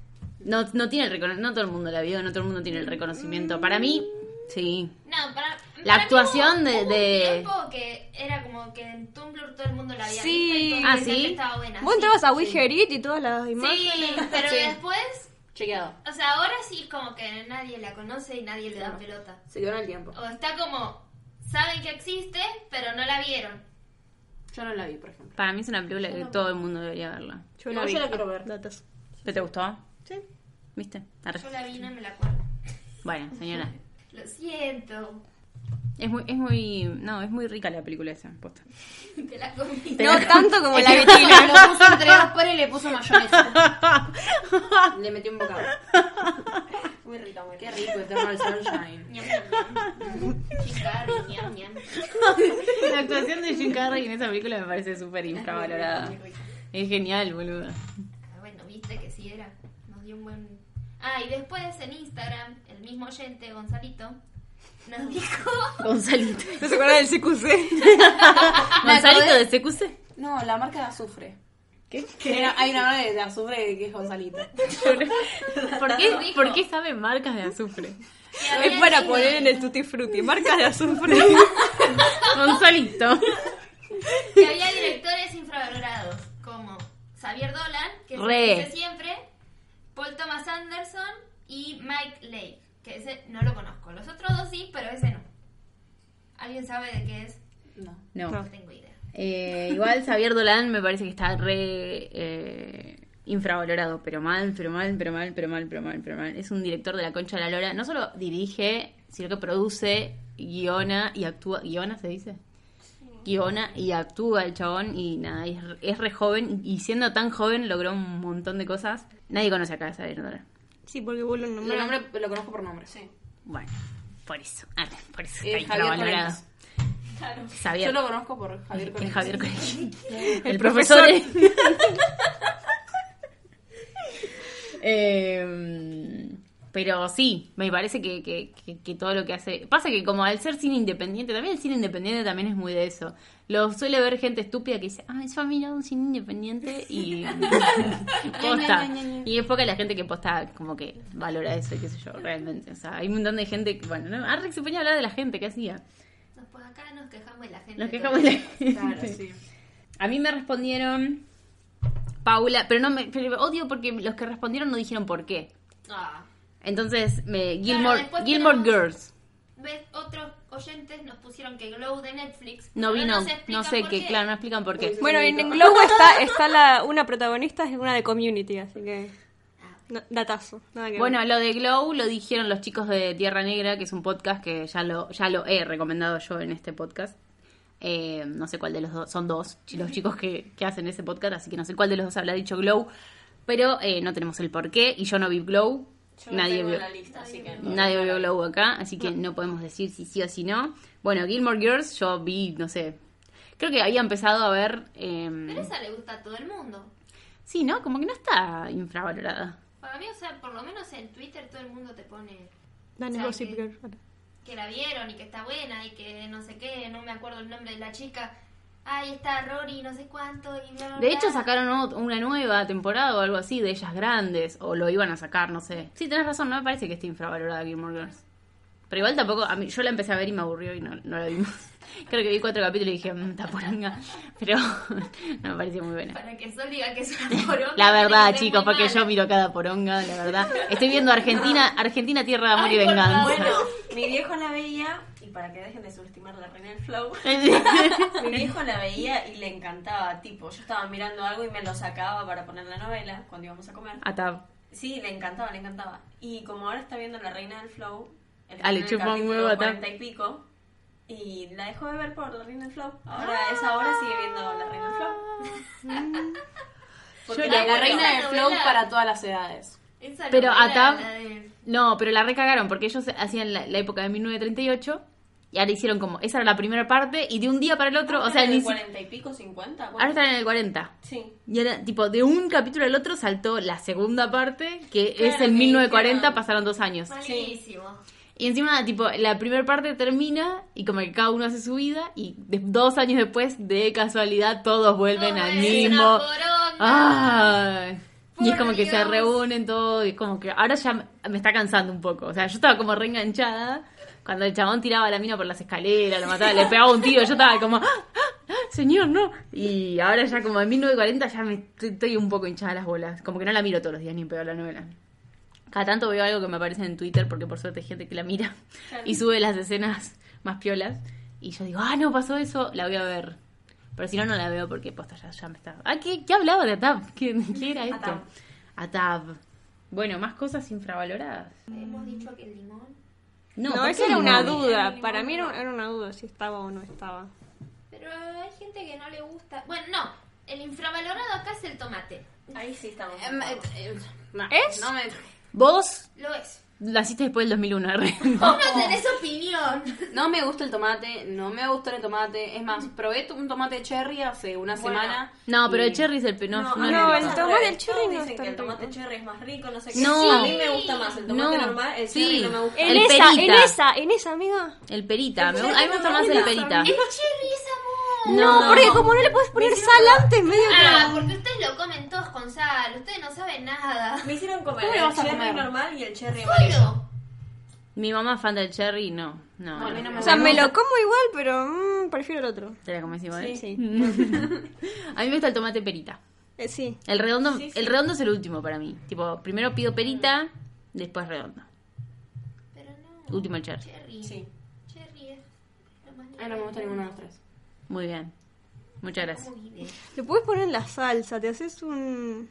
A: No, no tiene el recono- no todo el mundo la vio, no todo el mundo tiene el reconocimiento. Para mí, sí.
B: No, para,
A: La
B: para mí
A: actuación
B: hubo-
A: de- de-
B: hubo Un tiempo que era como que en Tumblr todo el mundo la había
C: Sí.
B: visto
A: Ah,
B: y todos decían
A: ¿sí?
B: que estaba buena.
C: Vos
B: sí.
C: entrabas a Wigerit y todas las
B: Sí,
C: imágenes.
B: pero
E: Sí.
B: después,
E: Chequeado.
B: o sea, ahora sí es como que nadie la conoce y nadie le da
E: Claro.
B: pelota.
E: Se quedó en el tiempo.
B: O está como, saben que existe, pero no la vieron.
E: Yo no la vi, por ejemplo.
A: Para mí es una película que todo el mundo debería verla.
C: Yo
E: No, yo la quiero ver.
C: Datos.
A: ¿Pero te gustó?
C: Sí.
A: ¿Viste? Arre.
B: Yo la vi, no me la acuerdo.
A: Bueno, señora.
B: Lo siento,
A: Es muy, es muy, no, es muy rica la película esa. posta.
B: te la comí.
A: Te
C: No tanto como la
E: Cuando
C: vitina.
E: lo puso entre dos pares y le puso mayonesa. Le metió un bocado.
D: Muy rica, muy
E: Qué
D: rica.
E: rico, Eternal Sunshine.
B: Ñam, ñam, ñam. Chicarri, ñam, ñam.
A: La actuación de Jim Carrey en esa película me parece súper infravalorada. Es genial, boluda.
B: Ah, Bueno, viste que sí era. Nos dio un buen. Ah, y después en Instagram, el mismo oyente, Gonzalito, nos dijo.
A: Gonzalito.
C: ¿No se acuerdan del CQC?
A: Gonzalito de CQC.
E: No, la marca de azufre. ¿Qué? Era- hay una marca de azufre que es Gonzalito.
A: ¿Por qué, ¿Por qué saben marcas de azufre?
B: que
C: Es
B: había
C: para
B: sido-
C: poner en el Tutti Frutti. Marcas de azufre.
A: Gonzalito.
B: Que había directores infravalorados, como Xavier Dolan, que se
A: Re.
B: dice siempre, Paul Thomas Anderson y Mike Lake, que ese no lo conozco. Los otros dos sí, pero ese no. ¿Alguien sabe de qué es?
E: No.
A: No.
B: No tengo idea.
A: Eh, igual Xavier Dolan me parece que está re eh, infravalorado, pero mal, pero mal, pero mal, pero mal, pero mal, pero mal. Es un director de la concha de la lora. No solo dirige, sino que produce, guiona y actúa. ¿Guiona se dice? Guiona y actúa el chabón y nada, es, es re joven y siendo tan joven logró un montón de cosas. Nadie conoce acá a Xavier Dolan.
C: Sí, porque vos lo
E: Lo,
C: nombrás.
E: nombre, lo conozco por nombre. Sí.
A: Bueno, por eso. Ah, por eso está
E: Eh, Javier
A: infravalorado.
E: Correcas.
A: Xavier.
E: Yo lo conozco por Javier
A: El
E: Correcas.
A: Javier Colegio. El
C: profesor.
A: profesor. Eh, pero sí, me parece que, que- que- que todo lo que hace... Pasa que como al ser cine independiente, también el cine independiente también es muy de eso. Lo suele ver gente estúpida que dice, ah, yo he mirado un cine independiente y... posta. Y es poca la gente que posta como que valora eso, y qué sé yo, realmente. O sea, hay un montón de gente que, bueno, no, Arrex se ponía a hablar de la gente, ¿qué hacía?
B: No, pues acá nos quejamos de la gente.
A: Nos quejamos de la gente.
E: Claro, sí.
A: A mí me respondieron Paula, pero no me pero odio porque los que respondieron no dijeron por qué.
B: Ah.
A: Entonces, me, Gilmore,
B: después
A: Gilmore
B: tenemos-
A: Girls.
B: ¿Ves? Otros oyentes nos pusieron que Glow de Netflix.
A: No
B: pero
A: vi, no,
B: se
A: no
B: explican
A: sé
B: por
A: qué, claro, no explican por qué.
C: Bueno, en Globo está, está la, una protagonista, es una de community, así que. no- datazo, nada que
A: Bueno,
C: ver.
A: lo de Glow lo dijeron los chicos de Tierra Negra, que es un podcast que ya lo, ya lo he recomendado yo en este podcast. Eh, no sé cuál de los dos, son dos chi- los chicos que, que hacen ese podcast, así que no sé cuál de los dos habrá dicho Glow, pero eh, no tenemos el por qué y yo no vi Glow,
D: Yo no
A: nadie
D: tengo
A: vio.
D: la lista, así que no.
A: Nadie vio Glow acá, así que no. podemos decir si sí o si no. Bueno, Gilmore Girls, yo vi, no sé, creo que había empezado a ver... em,
B: Pero esa le gusta a todo el mundo.
A: sí, ¿no? Como que no está infravalorada.
B: Para mí, o sea, por lo menos en Twitter todo el mundo te pone
C: Dale,
B: ¿sabes
C: Gossip
B: qué?
C: Girl. Bueno.
B: que la vieron y que está buena y que no sé qué, no me acuerdo el nombre de la chica. Ahí está Rory, no sé cuánto y bla, bla,
A: De hecho,
B: bla.
A: sacaron ot- una nueva temporada o algo así de ellas grandes, o lo iban a sacar, no sé. Sí, tenés razón, no me parece que esté infravalorada Gilmore Girls. Pero igual tampoco, a mí, yo la empecé a ver y me aburrió y no, no la vimos. Creo que vi cuatro capítulos y dije, mmm, tapuranga. Pero no me pareció muy buena.
B: Para que Sol diga que es una poronga.
A: La verdad,
B: tiene que ser
A: chicos,
B: muy
A: porque yo
B: mala.
A: miro cada poronga, la verdad. Estoy viendo Argentina, Argentina Tierra de Amor y
B: Ay, por
A: Venganza.
D: Bueno, mi viejo la veía, y para que dejen de subestimar la reina del flow, mi viejo la veía y le encantaba. Tipo, yo estaba mirando algo y me lo sacaba para poner la novela cuando íbamos a comer.
A: Ata-
D: Sí, le encantaba, le encantaba. Y como ahora está viendo la reina del flow, el
A: Ah, le
D: final del
A: chupa un
D: capítulo
A: huevo a Tab.
D: 40 y pico, y la dejó de ver por la reina del flow. Ahora a esa hora sigue viendo la reina del flow.
E: Yo
D: Porque
E: la,
B: la-
E: la reina
B: esa
E: del flow
B: novela-
E: para todas las edades.
B: Esa
A: Pero
B: novela,
A: Atab-
B: la de-
A: No, pero la recagaron porque ellos hacían la, la época de 1938 y ahora hicieron como, esa era la primera parte y de un día para el otro, o sea, ni
D: ni
A: si-
D: 40 y pico, 50.
A: ahora
D: bueno.
A: están en el 40.
D: Sí.
A: Y era tipo, de un capítulo al otro saltó la segunda parte, que es
D: Claro,
A: en
D: que
A: 1940,
D: dijeron-
A: pasaron dos años.
B: Malísimo.
A: Y encima, tipo, la primera parte termina y como que cada uno hace su vida y de- dos años después, de casualidad, todos vuelven
B: Todo
A: al
B: es
A: mismo. Ah.
B: una poronga.
A: Ay. Y es
B: Por
A: como que se
B: Dios.
A: reúnen todo y es como que ahora ya me- me está cansando un poco. O sea, yo estaba como reenganchada cuando el chabón tiraba a la mina por las escaleras, lo mataba, le pegaba un tiro, yo estaba como, "Ah, ah, señor, no. Y ahora ya como en 1940 ya me estoy, estoy un poco hinchada las bolas. Como que no la miro todos los días ni peor la novela. Cada tanto veo algo que me aparece en Twitter porque por suerte hay gente que la mira y sube las escenas más piolas. Y yo digo, ah, no pasó eso, la voy a ver. Pero si no, no la veo porque posta ya, ya me está. Ah, ¿qué, qué hablaba de ATAP? ¿Qué, qué era esto?
D: Atab.
A: ATAP. Bueno, más cosas infravaloradas.
B: Hemos dicho que el limón.
A: No,
C: No,
A: ¿por
C: esa
A: qué
C: era
A: no?
C: una duda. Para mí era, era una duda si estaba o no estaba.
B: Pero hay gente que no le gusta. Bueno, no. El infravalorado acá es el tomate.
D: Ahí sí estamos.
A: ¿Es? Vos
B: Lo es.
A: la hiciste después del 2001, R.
B: Vos no tenés opinión.
E: No me gusta el tomate, no me gusta el tomate. Es más, probé un tomate cherry hace una
D: Bueno.
E: semana.
A: No, pero
E: y-
A: el cherry es el pe- no, no,
D: ah,
C: no,
A: no,
C: el
A: no.
D: al
C: tomate
D: revés.
C: del cherry
D: Todos
C: no
D: dicen
C: es
D: que el
C: tan
D: tomate
C: rico.
D: cherry es más rico, no sé qué.
A: No.
D: A mí me gusta más el tomate
A: No.
D: normal, el
A: Sí.
D: cherry no me gusta.
A: El
C: En esa, en
A: perita.
C: esa, en esa, amiga.
A: El perita. me gu- a mí me gusta más el perita.
B: El cherry es amor.
C: No, porque como no le puedes poner sal antes, medio que.
B: Ah, porque ustedes lo comen todos con sal. Ustedes no saben nada.
D: Me hicieron comer
E: ¿Cómo le
D: el
E: vas a
D: cherry
E: comer?
D: normal y el cherry amarillo.
B: Solo.
A: Mi mamá es fan del cherry, no. No,
E: No, a mí no me
C: O sea,
E: gusta.
C: me lo como igual, pero mm, prefiero el otro.
A: ¿Te la comes igual?
C: Sí, sí.
A: A mí me gusta el tomate perita.
C: Eh, sí.
A: El redondo, el redondo es el último para mí. Tipo, primero pido perita, después redondo.
B: Pero no.
A: Último el cherry.
B: Cherry.
D: Sí. Ah,
B: Cherry es lo más
E: Ay, no me gusta ninguno de los tres.
A: Muy bien. Muchas gracias.
B: Muy bien.
C: Le puedes poner en la salsa, te haces un,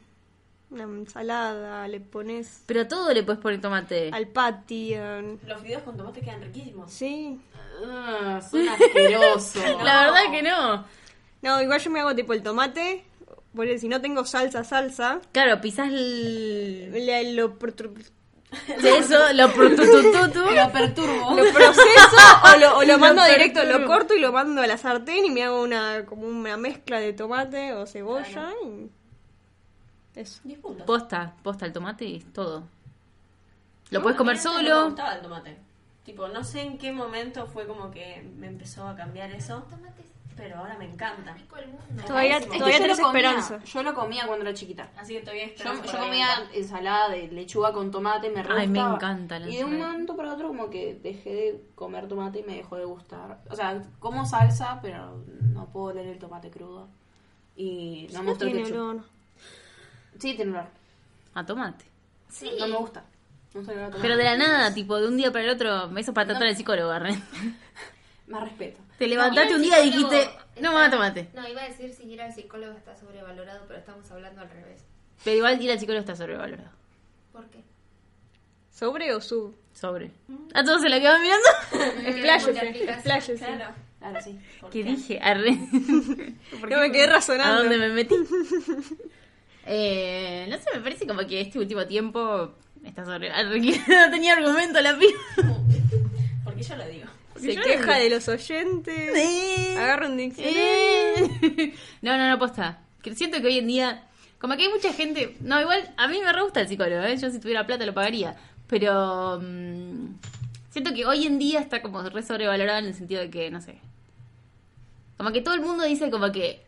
C: una ensalada, le pones
A: Pero a todo le puedes poner tomate.
C: al patty. a-
D: Los videos con tomate quedan riquísimos.
C: Sí.
E: Ah, son asquerosos.
A: La verdad que no.
C: No, igual yo me hago tipo el tomate. Porque si no tengo salsa, salsa.
A: Claro, pisás el...
C: le- lo, pro- tru-
A: eso, lo prututututu.
E: Lo perturbo.
C: lo proceso o lo, o lo mando
A: Lo
C: directo, lo
A: perturbo.
C: corto y lo mando a la sartén y me hago una como una mezcla de tomate o cebolla. y- Eso.
D: Disputa.
A: Posta, posta el tomate es todo. Lo puedes comer solo.
D: me gustaba el tomate. Tipo, no sé en qué momento fue como que me empezó a cambiar eso,
B: Tomate es
D: pero ahora me encanta.
B: rico el mundo.
C: Todavía,
E: Es que
C: todavía
E: yo
C: tenés
E: lo comía,
C: esperanza.
E: Yo lo comía cuando era chiquita.
D: Así que todavía
E: Yo,
D: espero.
E: yo comía ensalada de lechuga con tomate, me re
A: Ay, me
E: gustaba.
A: encanta la
E: Y de un
A: ensalada.
E: momento para otro como que dejé de comer tomate y me dejó de gustar. O sea, como salsa, pero no puedo oler el tomate crudo. Y no me
C: No
E: gusta el
C: tiene
E: ketchup.
C: olor.
E: Sí, tiene olor.
A: A tomate.
B: Sí.
E: No me gusta. Me gusta el olor a tomate.
A: Pero de la nada, tipo, de un día para el otro, me hizo patata el psicólogo, re.
E: Más respeto.
A: Te
B: No,
A: levantaste un
B: ir al
A: día y
B: psicólogo
A: dijiste, no, mamá,
B: está-
A: tomate.
B: No, iba a decir si ir al psicólogo está sobrevalorado, pero estamos hablando al revés.
A: Pero igual ir al psicólogo está sobrevalorado.
B: ¿Por qué?
C: ¿Sobre o sub?
A: Sobre. ¿A todos se la quedaban mirando?
C: Eh,
A: eh,
C: Expláyese,
B: aplicación,
C: expláyese.
D: Claro.
E: Ahora sí.
A: ¿Qué dije? Arre. ¿Por
C: No
A: qué
C: me quedé razonando.
A: ¿A dónde me metí? eh, no sé, me parece como que este último tiempo está sobre. Arre, que no tenía argumento la piba.
D: Porque yo lo digo.
A: Porque
C: Se
A: yo
C: queja
A: no-
C: de los oyentes.
A: Sí.
C: Agarra un diccionario.
A: Eh. No, no, no, posta. Que Siento que hoy en día, como que hay mucha gente. No, igual a mí me re gusta el psicólogo, ¿eh? yo si tuviera plata lo pagaría. Pero mm, siento que hoy en día está como re sobrevalorado en el sentido de que, no sé. Como que todo el mundo dice como que.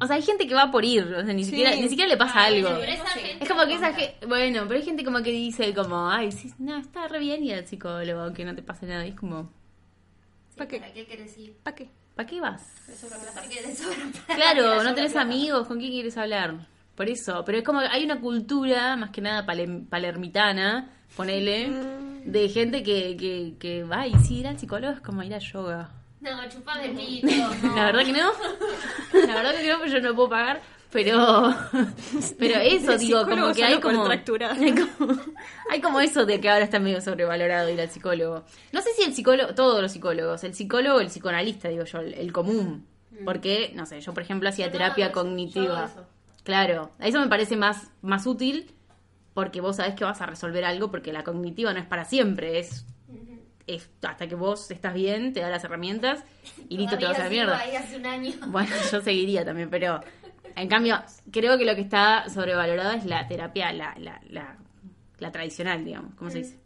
A: O sea, hay gente que va por ir, o sea, ni,
C: Sí.
A: siquiera, ni siquiera le pasa algo.
B: Ah, Pero esa gente
A: Es como que esa
B: tonta.
A: gente, bueno, pero hay gente como que dice como, ay, sí, no, está re bien ir al psicólogo, aunque no te pase nada. Y es como,
B: Sí,
C: ¿Para qué?
B: ¿Para qué querés ir?
C: ¿Para qué?
A: ¿para qué vas?
B: Porque te sobra plata.
A: Claro, no tenés amigos, ¿con quién quieres hablar? Por eso, pero es como que hay una cultura, más que nada palem- palermitana, ponele, de gente que, que, que va y sí, ir al psicólogo es como ir a yoga.
B: No, chupame el pito. No.
A: La verdad que no, la verdad que no, pues yo no puedo pagar, pero pero eso,
C: De
A: digo, como
C: psicólogo
A: que hay
C: salgo
A: como,
C: contracturada.
A: hay como hay como eso de que ahora está medio sobrevalorado ir al psicólogo. No sé si el psicólogo, todos los psicólogos, el psicólogo, el psicoanalista, digo yo, el, el común. Porque, no sé, yo por ejemplo hacía
B: Mm. Yo no
A: terapia
B: hago eso, yo hago
A: cognitiva.
B: eso.
A: Claro, eso me parece más, más útil porque vos sabés que vas a resolver algo porque la cognitiva no es para siempre, es, es hasta que vos estás bien, te da las herramientas y listo, te vas a la
B: Todavía
A: mierda.
B: sigo ahí hace un año.
A: Bueno, yo seguiría también, pero en cambio, creo que lo que está sobrevalorado es la terapia, la, la, la, la tradicional, digamos, ¿cómo se dice?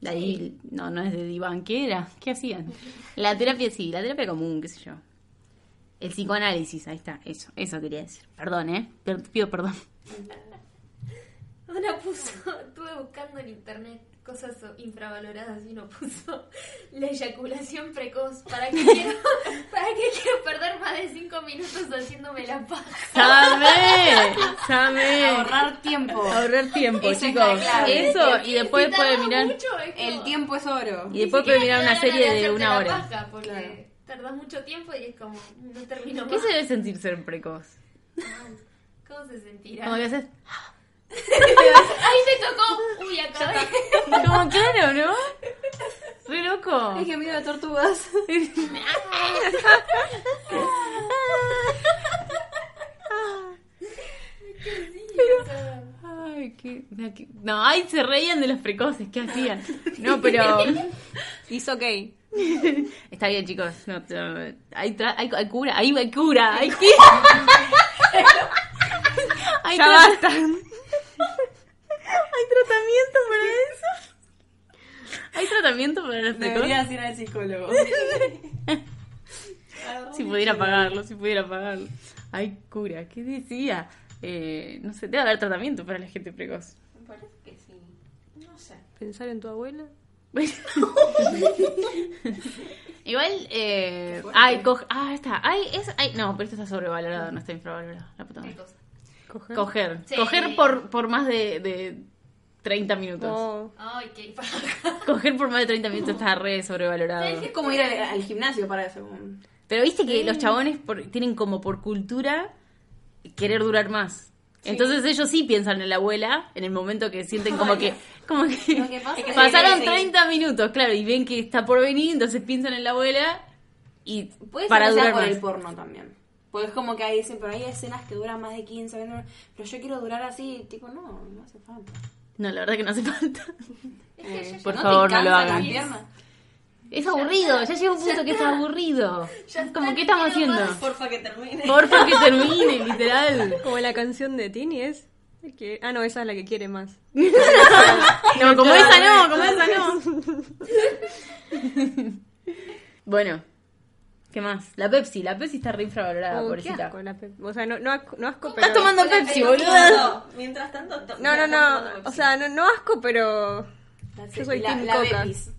A: La di- no, no es de diván, ¿qué era? ¿Qué hacían? La terapia, sí, la terapia común, qué sé yo. El psicoanálisis, ahí está, eso, eso quería decir. Perdón, ¿eh? Per- Pido perdón.
B: Una puso, estuve buscando en internet cosas so- infravaloradas y uno puso la eyaculación precoz. ¿Para qué quiero, para qué quiero perder más de 5 minutos haciéndome la paja?
A: ¡Sabe! ¡Sabe!
E: Ahorrar tiempo.
A: Ahorrar tiempo,
E: Esa es
A: chicos.
E: la clave.
A: Eso, y después puede
B: Si tardás
A: mirar.
B: Este mucho, es como-
E: El tiempo es oro.
A: Y después
B: ni
A: puede
B: siquiera te
A: mirar
B: da
A: una
B: ganas
A: serie de
B: hacerte
A: una
B: la
A: hora.
B: paja, porque
E: Claro.
B: tardás mucho tiempo y es como, no termino
A: ¿Qué
B: más.
A: se debe sentir ser precoz?
B: ¿Cómo se sentirá?
A: Como que haces.
B: Ahí me tocó. Uy, acabé.
A: Como claro, ¿no? Re loco.
E: Ay, qué miedo de tortugas.
A: Ay, qué, no, qué- no, ay, se reían de los precoces, ¿qué hacían? No, pero
C: It's okay.
A: está bien, chicos. No, no, hay, tra- hay, hay cura, hay, hay cura, hay que- hay
C: Ya
A: tra-
C: basta.
A: Hay tratamiento para eso. Hay tratamiento para los precoces.
E: Deberías ir al psicólogo.
A: Si pudiera pagarlo, si pudiera pagarlo. Hay cura, ¿qué decía? Eh, no sé, debe haber tratamiento para la gente precoz.
D: Me parece que sí. No sé.
C: Pensar en tu abuela.
A: Bueno. Igual, eh, ay, coge, ah, está, ay, es, ay, no, pero esto está sobrevalorado, no está infravalorado, la puta madre.
B: Qué cosa.
C: Coger.
A: Coger,
B: Sí.
A: coger por, por más de, de 30 minutos.
B: Oh.
C: No.
B: Ay, qué paja.
A: Coger por más de 30 minutos está re sobrevalorado.
E: Es como ir al, al gimnasio para eso. como-
A: Pero viste que los chabones por- tienen como por cultura querer durar más. Entonces ellos sí piensan en la abuela en el momento que sienten como que, como que,
D: Lo que pasa es que
A: pasaron
D: se-
A: 30 minutos, claro, y ven que está por venir, entonces piensan en la abuela y
E: Puede
A: para
E: ser
A: durar
E: que sea por
A: más.
E: el porno también. Porque es como que ahí dicen, pero hay escenas que duran más de 15, 20 minutos, pero yo quiero durar así, tipo, no, no hace falta.
A: No, la verdad que no hace falta.
B: Es que yo ya-
A: Eh, Por
E: ¿No
A: favor,
E: te
A: no lo
E: cansan
A: hagan.
E: las piernas?
A: Es aburrido, ya llega un punto que es aburrido.
B: Ya
A: Es como,
B: está,
A: ¿qué estamos
B: no quiero
A: haciendo?
D: Porfa que termine.
A: Porfa que termine, literal.
C: Como la canción de Tini es. que- Ah, no, esa es la que quiere más.
A: No, como esa no, como esa no. Bueno, ¿qué más? La Pepsi, la Pepsi está re infravalorada,
C: Oh, qué
A: Ah, pobrecita.
C: asco la Pepsi. O sea, no, no, asco- no asco, pero.
A: Estás tomando
D: Pero-
A: Pepsi,
D: pero-
A: boludo.
D: Mientras tanto. to-
C: No, no,
D: mientras tanto
C: no.
D: tomo
C: O sea, no, no asco, pero.
E: La,
C: Yo soy
E: la,
C: team
E: la
C: coca.
E: Bepis.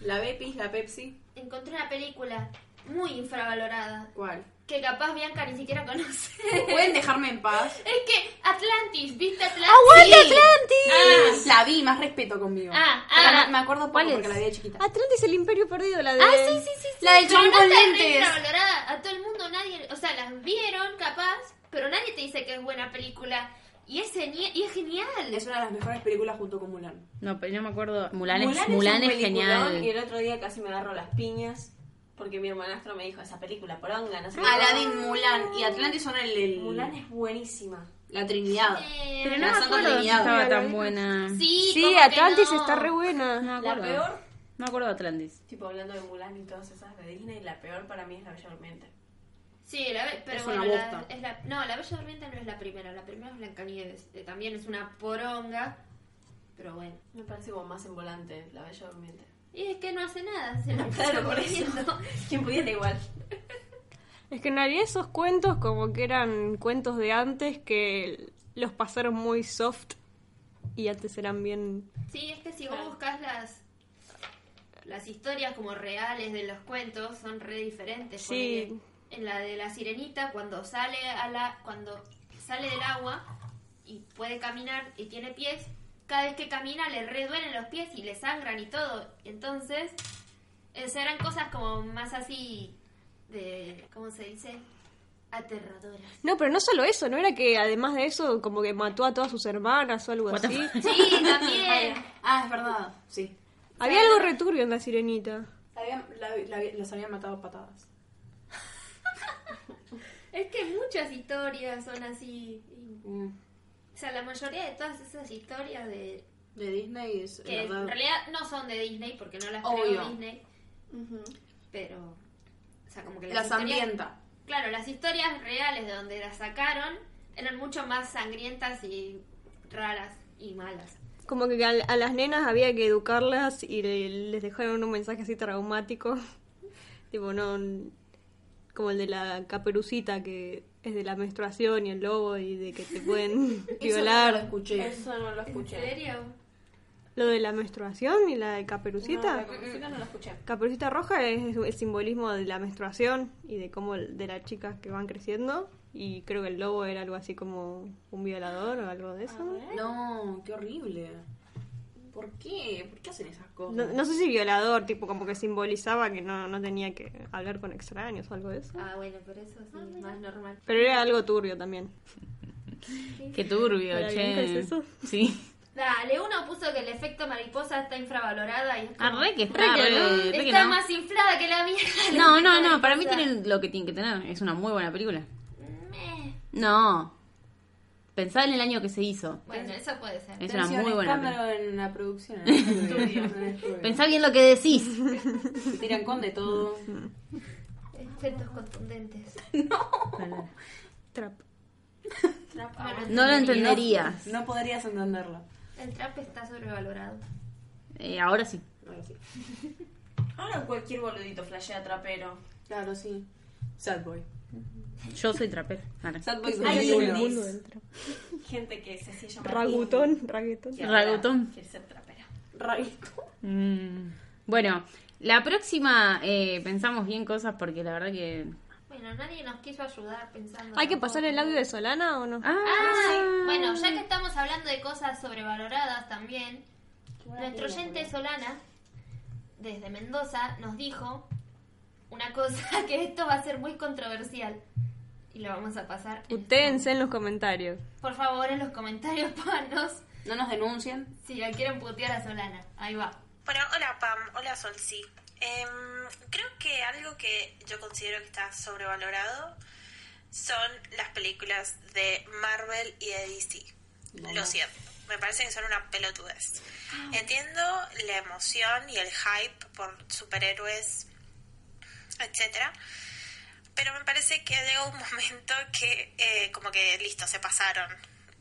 E: La Bepis, la Pepsi,
B: Encontré una película muy infravalorada.
E: ¿cuál?
B: que capaz Bianca ni siquiera conoce.
E: ¿Pueden dejarme en paz?
B: es que Atlantis, ¿viste Atlantis?
C: ¡Aguante
B: Sí.
C: Ah, Atlantis!
E: La vi, más respeto conmigo.
B: Ah, ah.
E: Pero no- me acuerdo poco
A: ¿Cuál es?
E: porque la vi de chiquita.
C: Atlantis el imperio perdido, la de...
B: Ah, sí, sí, sí. sí.
E: La del
B: Pero
E: chabón
B: no
E: con
B: está re
E: lentes.
B: infravalorada. A todo el mundo nadie, o sea, las vieron capaz, pero nadie te dice que es buena película. Y es, geni- y es genial.
E: Es una de las mejores películas junto con Mulan.
A: No, pero no me acuerdo. Mulan, es,
D: un
A: Mulan es
D: peliculón,
A: genial.
D: Y el otro día casi me agarro las piñas porque mi hermanastro me dijo esa película poronga, no sé. qué".
E: Aladdin, Mulan y Atlantis son el, el-
D: Ah. Mulan es buenísima.
E: la Trinidad.
B: Eh,
A: Pero no
E: La
A: me
E: Santa
A: acuerdo si
E: Trinidad.
A: estaba
C: Sí, la
A: tan
C: vi.
A: buena.
B: Sí,
C: Sí,
B: ¿cómo que
C: Atlantis
B: no?
C: está re
A: No
C: buena.
A: me
D: La
A: acuerdo.
D: peor,
A: No me acuerdo de Atlantis.
D: tipo hablando de Mulan y todas esas de Disney, la peor para mí es La Bella Durmiente.
B: Sí, la be- pero
E: Es
B: bueno,
E: una
B: la-
E: bosta.
B: es la- no, la Bella Durmiente no es la primera, la primera es Blancanieves. eh, también es una poronga, pero bueno.
D: Me parece como más en volante La Bella Durmiente.
B: Y es que no hace nada, se la pasa
D: Claro, por eso.
B: durmiendo.
D: ¿Quién pudiera igual?
C: Es que en realidad esos cuentos como que eran cuentos de antes que los pasaron muy soft y antes eran bien...
B: Sí, es que si vos buscas las las historias como reales de los cuentos son re diferentes.
C: Sí.
B: ponele. En la de la sirenita cuando sale a la cuando sale del agua y puede caminar y tiene pies, cada vez que camina le re duelen los pies y le sangran y todo. Entonces, es- eran cosas como más así de ¿cómo se dice? aterradoras.
C: No, pero no solo eso, ¿no? Era que además de eso como que mató a todas sus hermanas o algo
A: What the
C: así.
B: Sí, también.
E: Ah, es verdad. Sí.
C: Había algo returbio en la sirenita.
E: La habían- la- la- las habían matado a patadas.
B: Es que muchas historias son así. y-
E: Mm.
B: O sea, la mayoría de todas esas historias de
E: De Disney es
B: que
E: la
B: en
E: verdad.
B: realidad no son de Disney porque no las
E: Obvio.
B: creó Disney, pero o sea, como que las,
E: Las
B: historias-
E: ambienta.
B: Claro, las historias reales de donde las sacaron eran mucho más sangrientas y raras y malas.
C: Como que a, a las nenas había que educarlas y le- les dejaron un mensaje así traumático. tipo, no. Como el de la caperucita que es de la menstruación y el lobo y de que te pueden
E: Eso nunca lo
C: violar.
E: escuché.
D: Eso no lo escuché.
B: serio?
C: Lo de la menstruación y la de caperucita.
D: No, la Caperucita no lo escuché.
C: Caperucita roja es el simbolismo de la menstruación y de cómo el- de las chicas que van creciendo. Y creo que el lobo era algo así como un violador o algo de eso.
E: No, qué horrible. ¿Por qué? ¿Por qué hacen esas cosas?
C: No, no sé si violador, tipo como que simbolizaba que no, no tenía que hablar con extraños o algo de eso.
B: Ah, bueno, pero eso sí, más normal.
C: Pero era algo turbio también.
A: Qué turbio,
C: Para
A: che.
C: Bianca es eso.
A: Sí.
B: Dale, uno puso que el efecto mariposa está infravalorada y es como-
A: Ah, re que está,
C: Re que
A: re-
C: no.
A: re que
B: está
A: no.
B: más inflada que la mierda. el
A: No, no,
B: efecto
A: no, para mí
B: mariposa.
A: tiene lo que tiene que tener. Es una muy buena película.
B: Meh.
A: No. Pensá en el año que se hizo.
B: Bueno, eso puede ser.
A: Es una muy buena película.
E: Escándalo en la producción. en el estudio, en el estudio.
A: Pensá bien lo que decís.
E: Se tiran con de todo.
B: Efectos contundentes.
C: Trap.
B: Bueno,
A: No lo entenderías.
E: No podrías entenderlo.
B: El trap está sobrevalorado.
A: Eh, ahora sí.
E: Ahora sí.
D: Ahora cualquier boludito flashea trapero.
E: Claro, sí. Sad Boy.
A: Yo soy trapero. Ahora.
E: Sad Boy
D: Ay,
E: número
D: Dios.
E: uno.
C: Mundo del trap.
D: Gente que se hacía llamar.
C: Ragutón, raguetón.
D: Que ahora
A: Ragutón.
D: Quiere ser trapera.
E: Raguito.
A: Mm. Bueno, la próxima eh, pensamos bien cosas porque la verdad que.
B: Bueno, nadie nos quiso ayudar pensando.
C: ¿Hay que pasar el audio de Solana o no?
A: Ah,
B: Ah, bueno, ya que estamos hablando de cosas sobrevaloradas también, nuestro oyente Solana, desde Mendoza, nos dijo una cosa que esto va a ser muy controversial. Y lo vamos a pasar.
C: Utense en los comentarios.
B: Por favor, en los comentarios, panos.
E: No nos denuncian.
B: Si la quieren putear a Solana. Ahí va.
G: Bueno, hola Pam, hola Solsi. Em, creo que algo que yo considero que está sobrevalorado son las películas de Marvel y de DC. Lo siento, me parece que son una pelotudez. Entiendo la emoción y el hype por superhéroes, etcétera, pero me parece que llega un momento que eh, como que listo, se pasaron.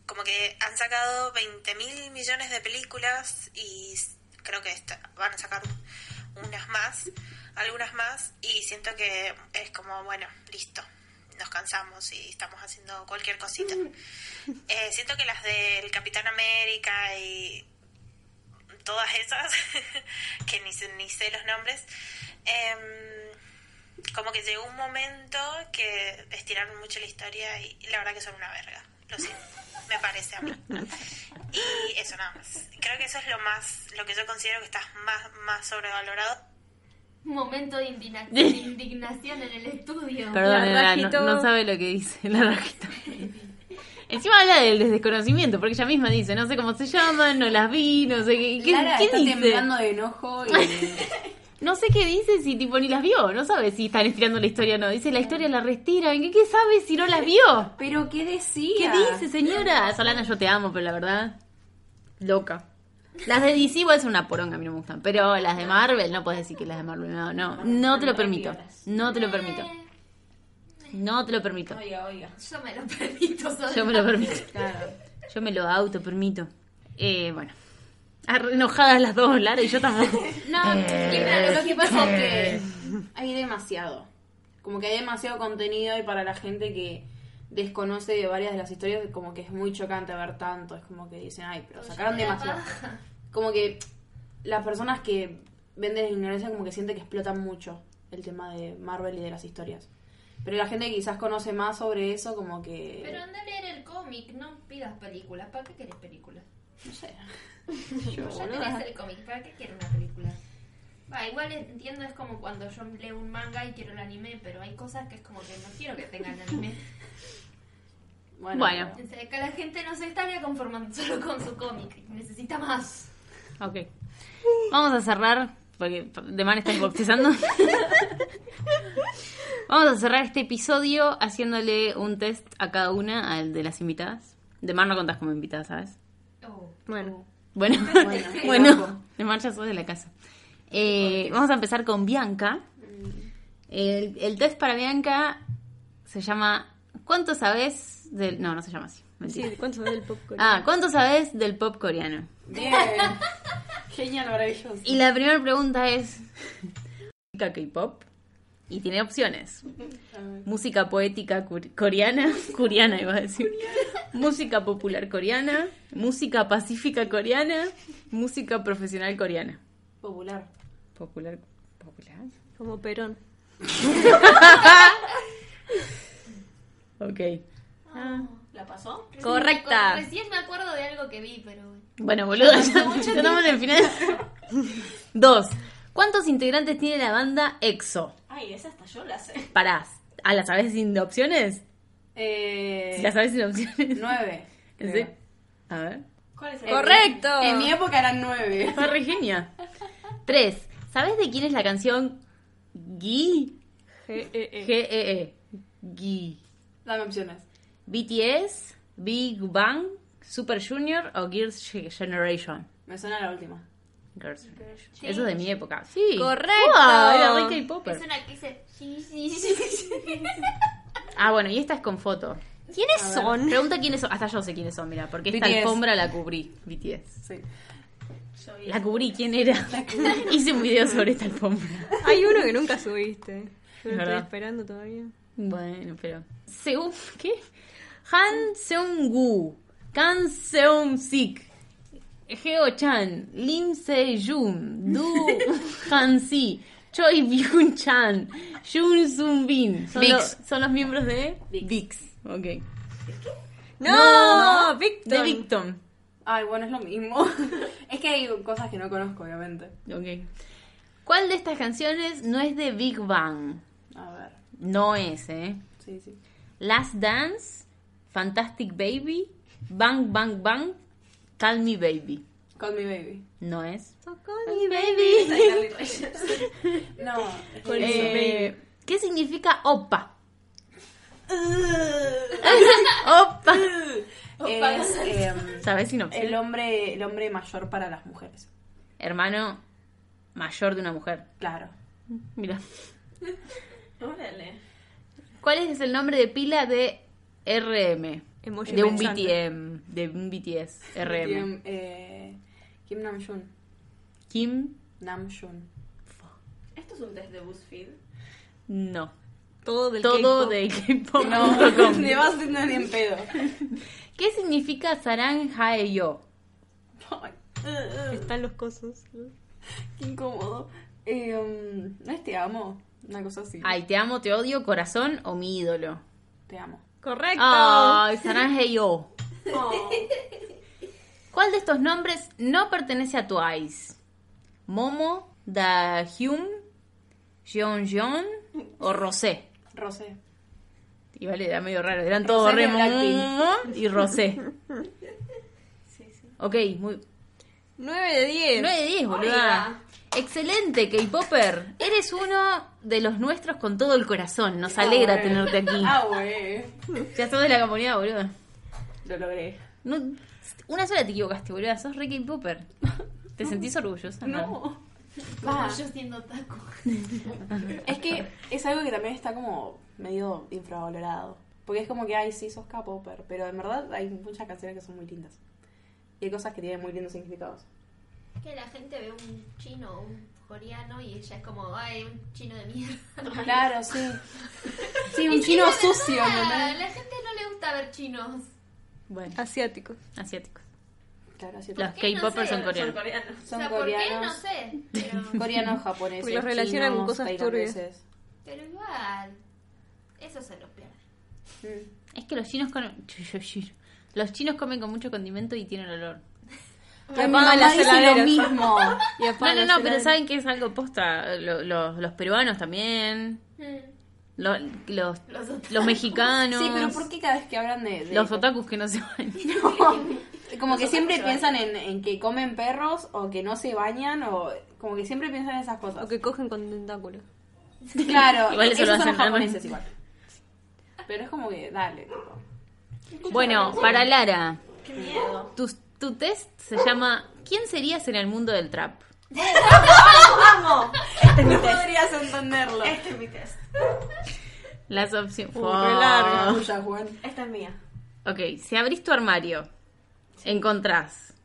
G: Como que han sacado 20 mil millones de películas y s- creo que esta- van a sacar unas más, algunas más, y siento que es como, bueno, listo, nos cansamos y estamos haciendo cualquier cosita. Eh, siento que las del Capitán América y todas esas, que ni, sé- ni sé los nombres, em, como que llegó un momento que estiraron mucho la historia y la verdad que son una verga. Lo siento, me parece a mí. Y eso nada más. Creo que eso es lo más, lo que yo considero que está más, más sobrevalorado.
B: Un momento de indigna- de indignación en el estudio.
A: Perdón,
C: La
A: nena, no,
C: Rajito.
A: no sabe lo que dice la rajita. Encima habla del desconocimiento, porque ella misma dice, no sé cómo se llaman, no las vi, no sé qué. ¿qué-
E: Lara
A: ¿qué
E: está
A: dice?
E: temblando de enojo y
A: No sé qué dice si tipo ni las vio, no sabe si están estirando la historia o no. Dice, la historia la restiran, ¿qué, qué sabe si no las vio?
E: pero qué
A: ¿Qué
E: decía?
A: dice, señora? Solana, yo te amo, pero la verdad, loca. Las de DC igual son una poronga, a mí no me gustan. Pero las de Marvel, no puedes decir que las de Marvel, no, no. No te lo permito. No te lo permito. No te lo permito.
E: Oiga, oiga.
B: Yo me lo permito sola.
A: Yo me lo permito. Yo me lo auto permito. Eh, bueno. Arre- Enojadas las dos, Lara y yo tampoco.
E: No, y mira, lo que pasa
A: eh.
E: es que hay demasiado. Como que hay demasiado contenido y para la gente que desconoce de varias de las historias, como que es muy chocante ver tanto. Es como que dicen, ay, pero sacaron demasiado. Como que las personas que venden la ignorancia, como que sienten que explotan mucho el tema de Marvel y de las historias. Pero la gente que quizás conoce más sobre eso, como que.
B: Pero anda a leer el cómic, no pidas películas. ¿Para qué querés películas?
E: no sé.
B: Ya tenés el cómic, ¿para qué quiero una película? Va, igual entiendo, es como cuando yo leo un manga y quiero el anime, pero hay cosas que es como que no quiero que tengan el anime.
E: Bueno,
A: Bueno.
E: pero-
B: O sea, que la gente no se estaría conformando solo con su cómic, necesita más.
A: Ok. Vamos a cerrar, porque de man está boxeando. Vamos a cerrar este episodio haciéndole un test a cada una al de las invitadas. De man no contás como invitada, ¿sabes?
B: Oh.
C: Bueno,
A: Bueno, bueno,
E: Bueno,
A: de man ya sos de la casa. Eh, vamos a empezar con Bianca. El, el test para Bianca se llama ¿Cuánto sabes del.? No, no se llama así. Mentira.
C: sí, ¿cuánto es el popcorn?
A: Ah, ¿cuánto sabes del pop coreano?
E: Bien. Genial, maravilloso.
A: Y la primera pregunta es música K-pop y tiene opciones. Música poética cur- coreana, coreana iba a decir. Música popular coreana, música pacífica coreana, música profesional coreana.
E: Popular.
A: Popular popular.
C: Como Perón.
A: Ok.
E: ¿La pasó?
B: Recién
A: Correcta.
B: me acuerdo- Recién me acuerdo de algo que vi, pero bueno.
A: Bueno, boludo, ya, ya estamos en el final. Dos. ¿Cuántos integrantes tiene la banda EXO?
D: Ay, esa hasta yo la sé.
A: Pará. ¿A la sabes sin opciones?
E: Eh,
A: Si la sabes sin opciones.
E: Nueve.
A: ¿En
E: creo.
A: serio? A ver.
D: ¿Cuál es
A: Eh,
D: el
C: ¡Correcto!
E: En mi época eran nueve.
A: Fue re genia. Tres. ¿Sabes de quién es la canción Gee?
C: E,
A: Eh. E,
C: G-E-E.
A: G-E-E. Gee.
E: Dame opciones.
A: ¿BTS? ¿Big Bang? ¿Super Junior o Girls Ge- Generation?
E: Me suena la última.
A: Girls Generation. Eso es de mi época. Sí.
C: ¡Correcto!
A: Wow, era re
B: Es
A: K-Popper.
B: una que dice, sí, sí, sí, sí.
A: Ah, bueno, y esta es con foto.
C: ¿Quiénes son?
A: Pregunta quiénes son. Hasta yo sé quiénes son, mira, porque esta
E: BTS.
A: alfombra la cubrí. BTS.
E: Sí.
A: La cubrí, ¿quién era? Hice un video sobre esta alfombra.
C: Hay uno que nunca subiste. Yo lo estoy
A: ¿Verdad?
C: esperando todavía.
A: Mm. Bueno, pero. Seung. ¿Qué? Han Seung-gu. Kan Seung-sik. Geo-chan. Lim Se-jun. Du Han-si. Choi Byun-chan. Jun Sun-bin. Son,
E: Vix.
A: lo- son los miembros de. VIX. Ok.
C: ¡No! Victor.
A: De Victon.
E: Ay, bueno, es lo mismo. es que hay cosas que no conozco, obviamente.
A: Ok. ¿Cuál de estas canciones no es de Big Bang?
E: A ver.
A: No es, ¿eh?
E: Sí, sí.
A: Last Dance. Fantastic Baby. Bang Bang Bang. Call Me Baby.
E: Call me baby.
A: No es.
C: Oh, baby.
E: No.
C: Call me
A: Eh, ¿Qué significa opa? opa.
E: Es em,
A: ¿Sabes sin opción?
E: el hombre, el hombre mayor para las mujeres.
A: Hermano mayor de una mujer.
E: Claro.
A: Mira.
D: Órale.
A: ¿Cuál es el nombre de pila de RM?
C: Emoji
A: de un
C: pensante.
A: BTM. De un BTS. RM.
E: Kim, eh, Kim Namjoon.
A: Kim.
E: Namjoon.
D: Esto es un test de BuzzFeed.
A: No.
C: Todo del
A: Todo
C: K-pop.
A: de K-pop.
E: Te vas a tener ni en pedo.
A: ¿Qué significa Sarang Haeyo?
E: Ay, eh, eh,
C: Están los cosos.
E: qué incómodo. Em, no es te amo. Una cosa así.
A: Ay, te amo, te odio, corazón o mi ídolo.
E: Te amo.
C: Correcto. Ah.
A: Ay, Saranje yo. Oh. ¿Cuál de estos nombres no pertenece a Twice? ¿Momo, Dahyun, Jeon Jeon o Rosé?
E: Rosé.
A: Y vale, era medio raro. Eran todos
E: Rosé de
A: Remo
E: Blackpink.
A: y Rosé. Ok, muy,
C: 9 de 10.
A: 9 de 10, boluda. Excelente, K-Popper. Eres uno de los nuestros con todo el corazón. Nos alegra
E: Ah, bueno.
A: tenerte aquí.
E: Ah, güey.
A: Ya sos de la comunidad, boluda.
E: Lo logré.
A: No, una sola te equivocaste, boluda. Sos re K-Popper. ¿Te sentís orgullosa?
E: No.
B: Como
E: Va,
B: Ah, yo siendo taco.
E: es que es algo que también está como medio infravalorado. Porque es como que, ay, sí, sos K-popper. Pero en verdad hay muchas canciones que son muy lindas. Y hay cosas que tienen muy lindos significados.
B: Que la gente ve un chino o un coreano y ella es como, ay, un chino de mierda.
E: Claro, sí. Sí,
B: Y
E: un
B: sí,
E: chino
B: es verdad,
E: sucio, ¿no?
B: La gente no le gusta ver chinos.
A: Bueno,
C: Asiáticos.
A: asiáticos.
E: Claro, sí.
A: Los
B: qué? No
A: K-Popers
B: sé,
A: son coreanos.
D: coreanos.
B: o
E: Son
B: sea,
E: coreanos.
B: ¿por qué? No sé. Pero,
E: Coreanos, japoneses.
C: Porque los relacionan con
E: chinos,
C: cosas turbias.
E: tailandeses.
B: pero igual, eso se lo pierde.
E: Mm.
A: Es que los chinos comen... Los chinos comen con mucho condimento y tienen olor.
E: Ay, mi
C: Apagan
E: mamá
C: las
E: dice lo
C: heladeras.
E: mismo.
C: Y
A: No, no, no,
C: apagan las
A: pero
C: heladeras.
A: saben que es algo posta. Lo- lo- los peruanos también. Mm. Lo- Los,
B: Los
A: los,
B: otakus.
A: mexicanos.
E: Sí, pero ¿por qué cada vez que hablan de... de-
A: Los otakus que no se bañan.
E: Como que siempre piensan en, en que comen perros o que no se bañan o... Como que siempre piensan en esas cosas.
C: O que cogen con tentáculos.
E: Claro,
A: Igual eso
E: esos
A: lo
E: son
A: hacen
E: los japoneses
A: también.
E: igual. Pero es como que, dale. tipo.
A: Bueno, para Lara,
D: Qué miedo.
A: tu, tu test se llama ¿Quién serías en el mundo del trap?
D: ¡Vamos! Este es mi
E: No
D: test.
E: podrías entenderlo.
D: Este es mi test.
A: Las
E: Uh,
A: opciones.
C: re larga.
E: Tuya, Juan.
D: Esta es mía.
A: Ok, si abrís tu armario, encontrás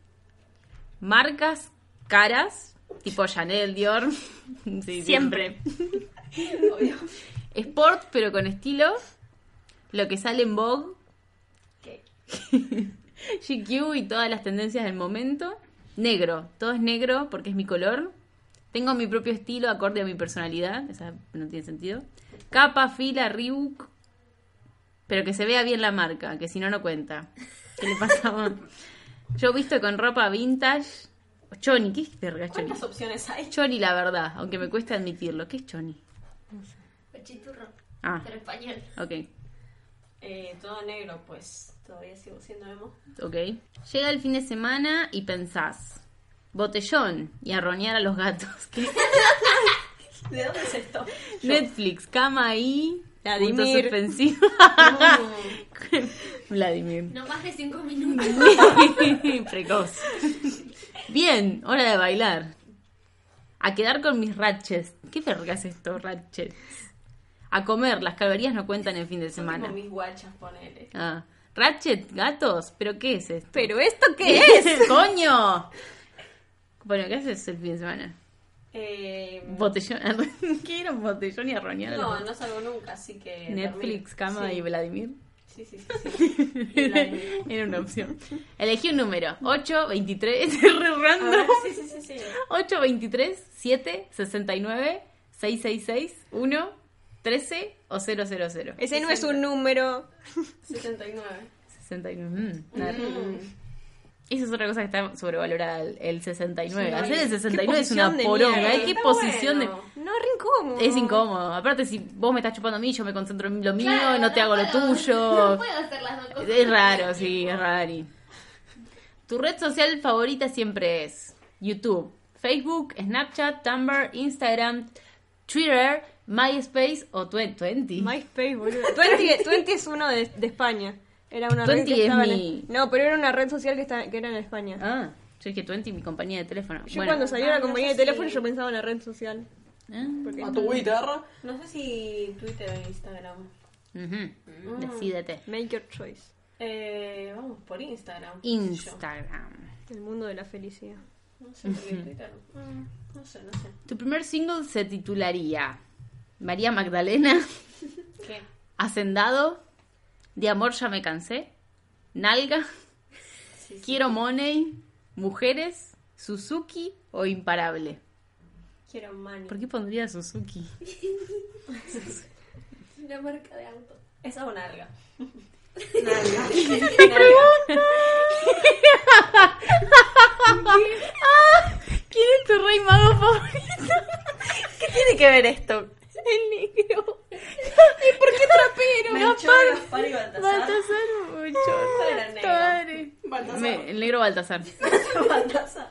A: marcas caras, tipo Chanel, Dior. Sí, siempre. Sport, pero con estilo. Lo que sale en Vogue. GQ y todas las tendencias del momento. Negro, todo es negro porque es mi color. Tengo mi propio estilo acorde a mi personalidad. Esa no tiene sentido. Capa, fila, Reebok. Pero que se vea bien la marca, que si no, no cuenta. ¿Qué le pasaba? Yo visto con ropa vintage. Choni, ¿qué es verga Choni?
D: ¿Cuántas opciones hay?
A: Choni, la verdad, aunque me cuesta admitirlo. ¿Qué es Choni?
B: El chiturro,
A: Ah,
B: pero español.
A: ok.
D: Eh, todo negro, pues. Todavía sigo siendo emo.
A: Ok. Llega el fin de semana y pensás. Botellón y arroñar a los gatos. ¿Qué?
D: ¿De dónde es esto?
A: Netflix, cama ahí.
C: Vladimir.
A: puntos suspensivos. Vladimir.
B: No más de cinco minutos.
A: Precoz. Bien, hora de bailar. A quedar con mis ratchets. ¿Qué verga es esto, ratchets? A comer, las calorías Ah, no cuentan el fin de
D: Son
A: semana.
D: Como mis guachas, ponele.
A: Ah. Ratchet, gatos, pero ¿qué es esto?
C: ¿Pero esto qué es?
A: es? ¡Coño! Bueno, ¿qué haces el fin de semana?
D: Eh,
A: Botellón. ¿Qué era un botellón y arroñar?
D: no, no salgo nunca, así que.
A: Netflix,
D: también.
A: cama
D: sí.
A: y Vladimir.
D: Sí, sí, sí. sí. Y Vladimir.
A: era una opción. Elegí un número: 8, 23. re
D: A
A: random.
D: ver, sí, sí, sí, sí.
A: 8, 23, 7, 69, 666, 1, 13 o 000.
C: Ese no es un número.
D: 69.
A: 69. mm, nada. Eso es otra cosa que está sobrevalorada, el, el 69. Hacer el 69 es una
C: posición de
A: poronga.
C: mierda.
A: ¿eh? ¿Qué
D: Está
A: posición
D: bueno.
C: No, re incómodo.
A: de.? Es incómodo. Aparte, si vos me estás chupando a mí, yo me concentro en lo mío,
B: Claro,
A: no te hago lo
B: puedo-
A: tuyo.
B: No puedo hacer las dos cosas.
A: es raro, sí, es raro. Tu red social favorita siempre es YouTube, Facebook, Snapchat, Tumblr, Instagram, Twitter, MySpace o Twen- Twenty.
C: MySpace, boludo. 20, 20 es uno de, de España. Era una red
A: 20
C: que
A: es
C: estaba
A: mi-
C: en... No, pero era una red social que, estaba- que era en España.
A: Ah, yo dije Twenty, mi compañía de teléfono.
C: Yo
A: bueno,
C: cuando salió la compañía de teléfono yo pensaba en la red social.
A: Ah,
C: Porque
E: A tu guitarra.
D: No sé si Twitter o Instagram.
A: ujú.
C: Mm.
A: Decídete.
C: Make your choice.
D: Eh, vamos por Instagram. qué sé yo.
A: Instagram.
C: El mundo de la felicidad.
D: No sé, porque Twitter. mm, No sé, no sé.
A: Tu primer single se titularía María Magdalena.
D: ¿Qué?
A: Hacendado, De amor ya me cansé, Nalga, Quiero Money, Mujeres, Suzuki o Imparable.
D: Quiero Manny.
A: ¿Por qué pondría Suzuki?
B: Una marca de auto.
D: Esa es una alga.
A: ¿Quién es tu rey mago favorito?
H: ¿Qué tiene que ver esto?
A: El negro. ¿Y por qué trapero?
D: Melchor, Gaspar y Baltasar.
A: Baltasar mucho.
D: Era negro.
A: Padre.
E: Baltasar.
A: Me- el negro Baltasar.
D: Baltasar.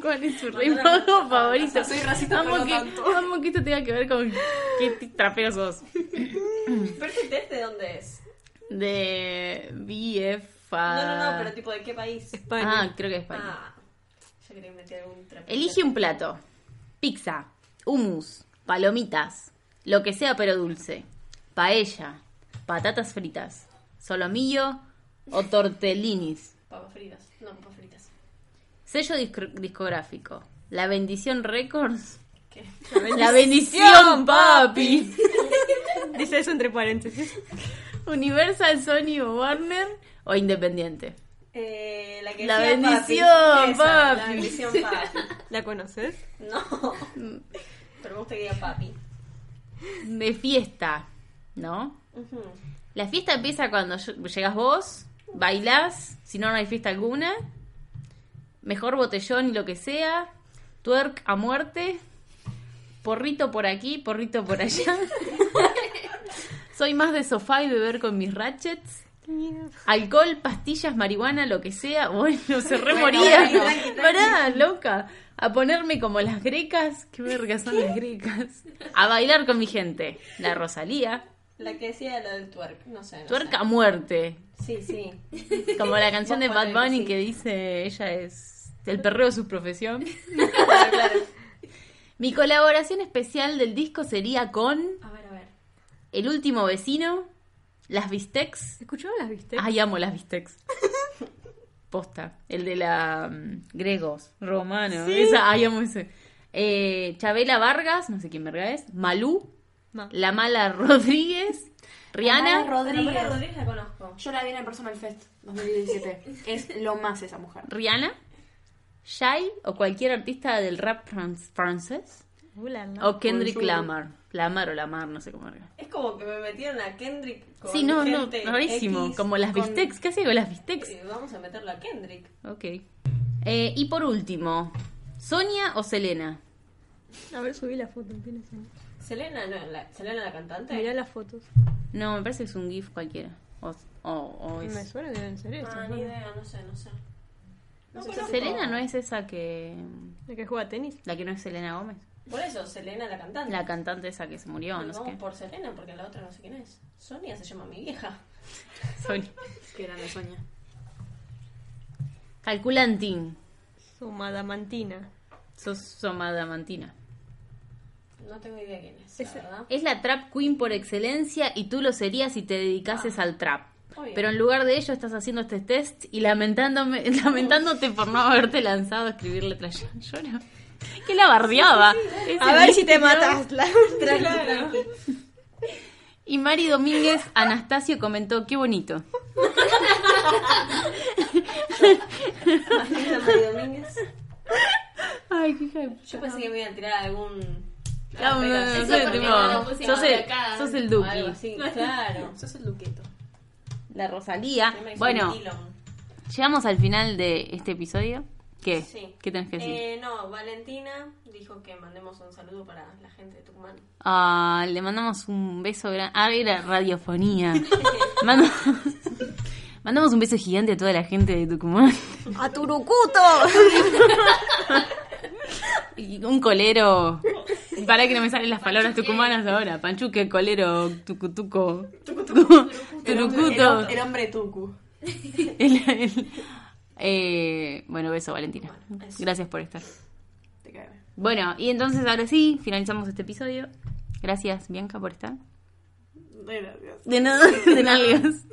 A: ¿Cuál es tu rey mago favorito?
E: Soy racista,
A: amo,
E: pero no
A: que,
E: tanto.
A: amo que esto tenga que ver con qué t- trapero sos.
D: Perfect Death, este ¿de dónde es?
A: De BF.
D: No, no, no, pero tipo, ¿de qué país?
A: Ah, creo que es España.
D: Ah, yo quería meter algún trapito.
A: Elige un plato. Pizza, hummus, palomitas, lo que sea pero dulce. Paella, patatas fritas, solomillo o tortellinis.
D: Papas fritas. No, papas fritas.
A: Sello discro- discográfico. La bendición Records.
D: ¿Qué?
A: La bendición, papi.
C: Dice eso entre paréntesis.
A: Universal, Sony o Warner o Independiente.
D: Eh, la que
A: La
D: decía
A: bendición,
D: papi. Esa, La
A: papi.
D: bendición, papi.
C: ¿La conoces?
D: No. Pero me gusta que diga papi.
A: De fiesta, ¿no? La fiesta empieza cuando ll- llegas vos, bailás, si no, no hay fiesta alguna. Mejor botellón y lo que sea. Twerk a muerte. Porrito por aquí, porrito por allá. Soy más de sofá y beber con mis ratchets. Alcohol, pastillas, marihuana, lo que sea. Bueno, se remoría.
D: bueno, tranqui, tranqui.
A: Pará, loca. A ponerme como las grecas. Qué vergas son las grecas. A bailar con mi gente. La Rosalía.
D: La que decía la del twerk. No sé. No
A: Twerk
D: sé.
A: a muerte.
D: Sí, sí.
A: Como la canción de
D: Vos
A: Bad
D: ponele,
A: Bunny
D: sí.
A: que dice ella es el perreo es su profesión.
D: Claro, claro.
A: Mi colaboración especial del disco sería con
D: A ver, a ver.
A: El último vecino, Las Bistecs.
C: ¿Escucharon las viste?
A: Ay, amo las Bistecs. Posta. El de la mm, Gregos, Romano. Esa, ay, amo ese. Eh, Chabela Vargas, no sé quién verga es. Malú,
C: No.
A: La Mala Rodríguez, Rihanna.
E: Rodríguez.
D: Ana Rodríguez la conozco.
E: Yo la vi en el Personal Fest 2017. es lo más esa mujer.
A: Rihanna, Shai o cualquier artista del rap fran- francés
C: Ulala.
A: o Kendrick Lamar. Lamar o Lamar, no sé cómo era.
D: Es como que me metieron a Kendrick con
A: Sí, no, no,
D: gente
A: rarísimo.
D: X.
A: Como las
E: con-
A: bistecs, ¿qué hago las bistecs?
D: Eh, Vamos a meterlo a Kendrick.
A: Ok. Eh, y por último, ¿Sonia o Selena?
C: A ver, subí la foto. ¿quién es ella?
D: Selena, no, la, Selena la cantante.
C: Mirá las fotos.
A: No, me parece que es un GIF cualquiera. O, o- o es-
C: Me suena que deben ser estas,
D: Ah,
C: ¿no?
D: ni idea, no sé, no sé. No sé si-
A: Selena no es esa que.
C: La que juega tenis.
A: La que no es Selena Gómez.
D: Por eso, Selena la cantante.
A: La cantante esa que se murió,
D: Y
A: no sé
D: vamos
A: qué.
D: por Selena porque la otra no sé quién es. Sonia se llama mi vieja.
A: Sonia.
E: Que era la Sonia.
A: Calculantín.
C: Su madamantina.
A: Sos somadamantina.
D: No tengo idea quién es, la
C: Ese-
D: verdad.
A: Es la trap queen por excelencia y tú lo serías si te
D: Ah.
A: dedicases al trap.
D: Obvio.
A: Pero en lugar de ello estás haciendo este test y lamentándome, lamentándote por no haberte lanzado a escribir letras. Yo- Yo no- Que la bardeaba. Ese
C: A ver si
A: viste,
C: te
A: ¿no?
C: matas. La...
D: Claro.
A: Y Mari Domínguez Anastasio comentó, qué bonito.
D: Ah, Imagínate a Mari Domínguez.
A: Ay, qué hija de-
D: Yo pensé que me iban a tirar algún.
A: No, no, no,
D: Eso
A: no,
B: porque
A: tipo,
B: no lo pusimos
A: sos el,
B: acá,
A: sos el
D: o
A: Duki.
D: algo así, claro.
E: Sos el Luqueto.
A: La Rosalía.
D: Yo me hice
A: Bueno,
D: un Elon.
A: llegamos al final de este episodio. ¿Qué?
D: Sí.
A: ¿Qué tenés que decir?
D: Eh, no, Valentina dijo que mandemos un saludo para la gente de Tucumán.
A: Ah, le mandamos un beso gran... Ah, era radiofonía. Manda- Mandamos un beso gigante a toda la gente de Tucumán.
C: ¡A Turucuto!
A: Y un colero... Para que no me salen las palabras tucumanas ahora. Panchuque, colero, tucutuco. Turucuto.
E: El hombre Tucu.
A: El- el- eh, bueno, beso, Valentina. Gracias por estar.
E: Te cae.
A: Bueno, y entonces ahora sí, finalizamos este episodio. Gracias, Bianca, por estar.
E: Gracias.
A: De nada, de nalgas.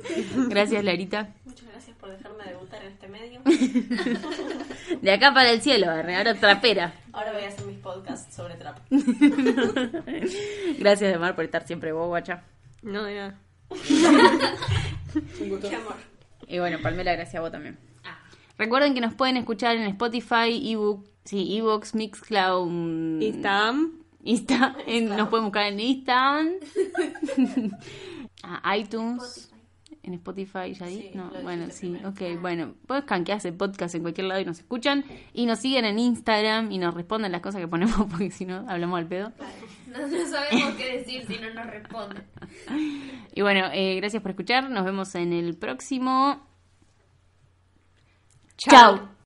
A: Gracias, Larita.
D: Muchas gracias por dejarme debutar en este medio.
A: De acá para el cielo, Arne, ahora trapera.
D: Ahora voy a hacer mis podcasts sobre trap.
A: Gracias, Demar, por estar siempre vos, guacha.
C: No, de nada.
D: Qué amor.
A: Y bueno, Palmela, gracias a vos también. Recuerden que nos pueden escuchar en Spotify, ebook, Sí, Evox, Mixcloud. mm,
C: Instagram.
A: Insta- en- Nos pueden buscar en Instagram. a iTunes. En Spotify, ¿ya di?
E: Sí,
A: no,
E: lo dijiste
A: bueno, sí,
E: primero. Ah.
A: ok, bueno. Puedes canquearse podcast en cualquier lado y nos escuchan. Y nos siguen en Instagram y nos responden las cosas que ponemos porque si no hablamos al pedo.
B: No, no sabemos qué decir si no nos responde.
A: Y bueno, eh, gracias por escuchar. Nos vemos en el próximo. Chao.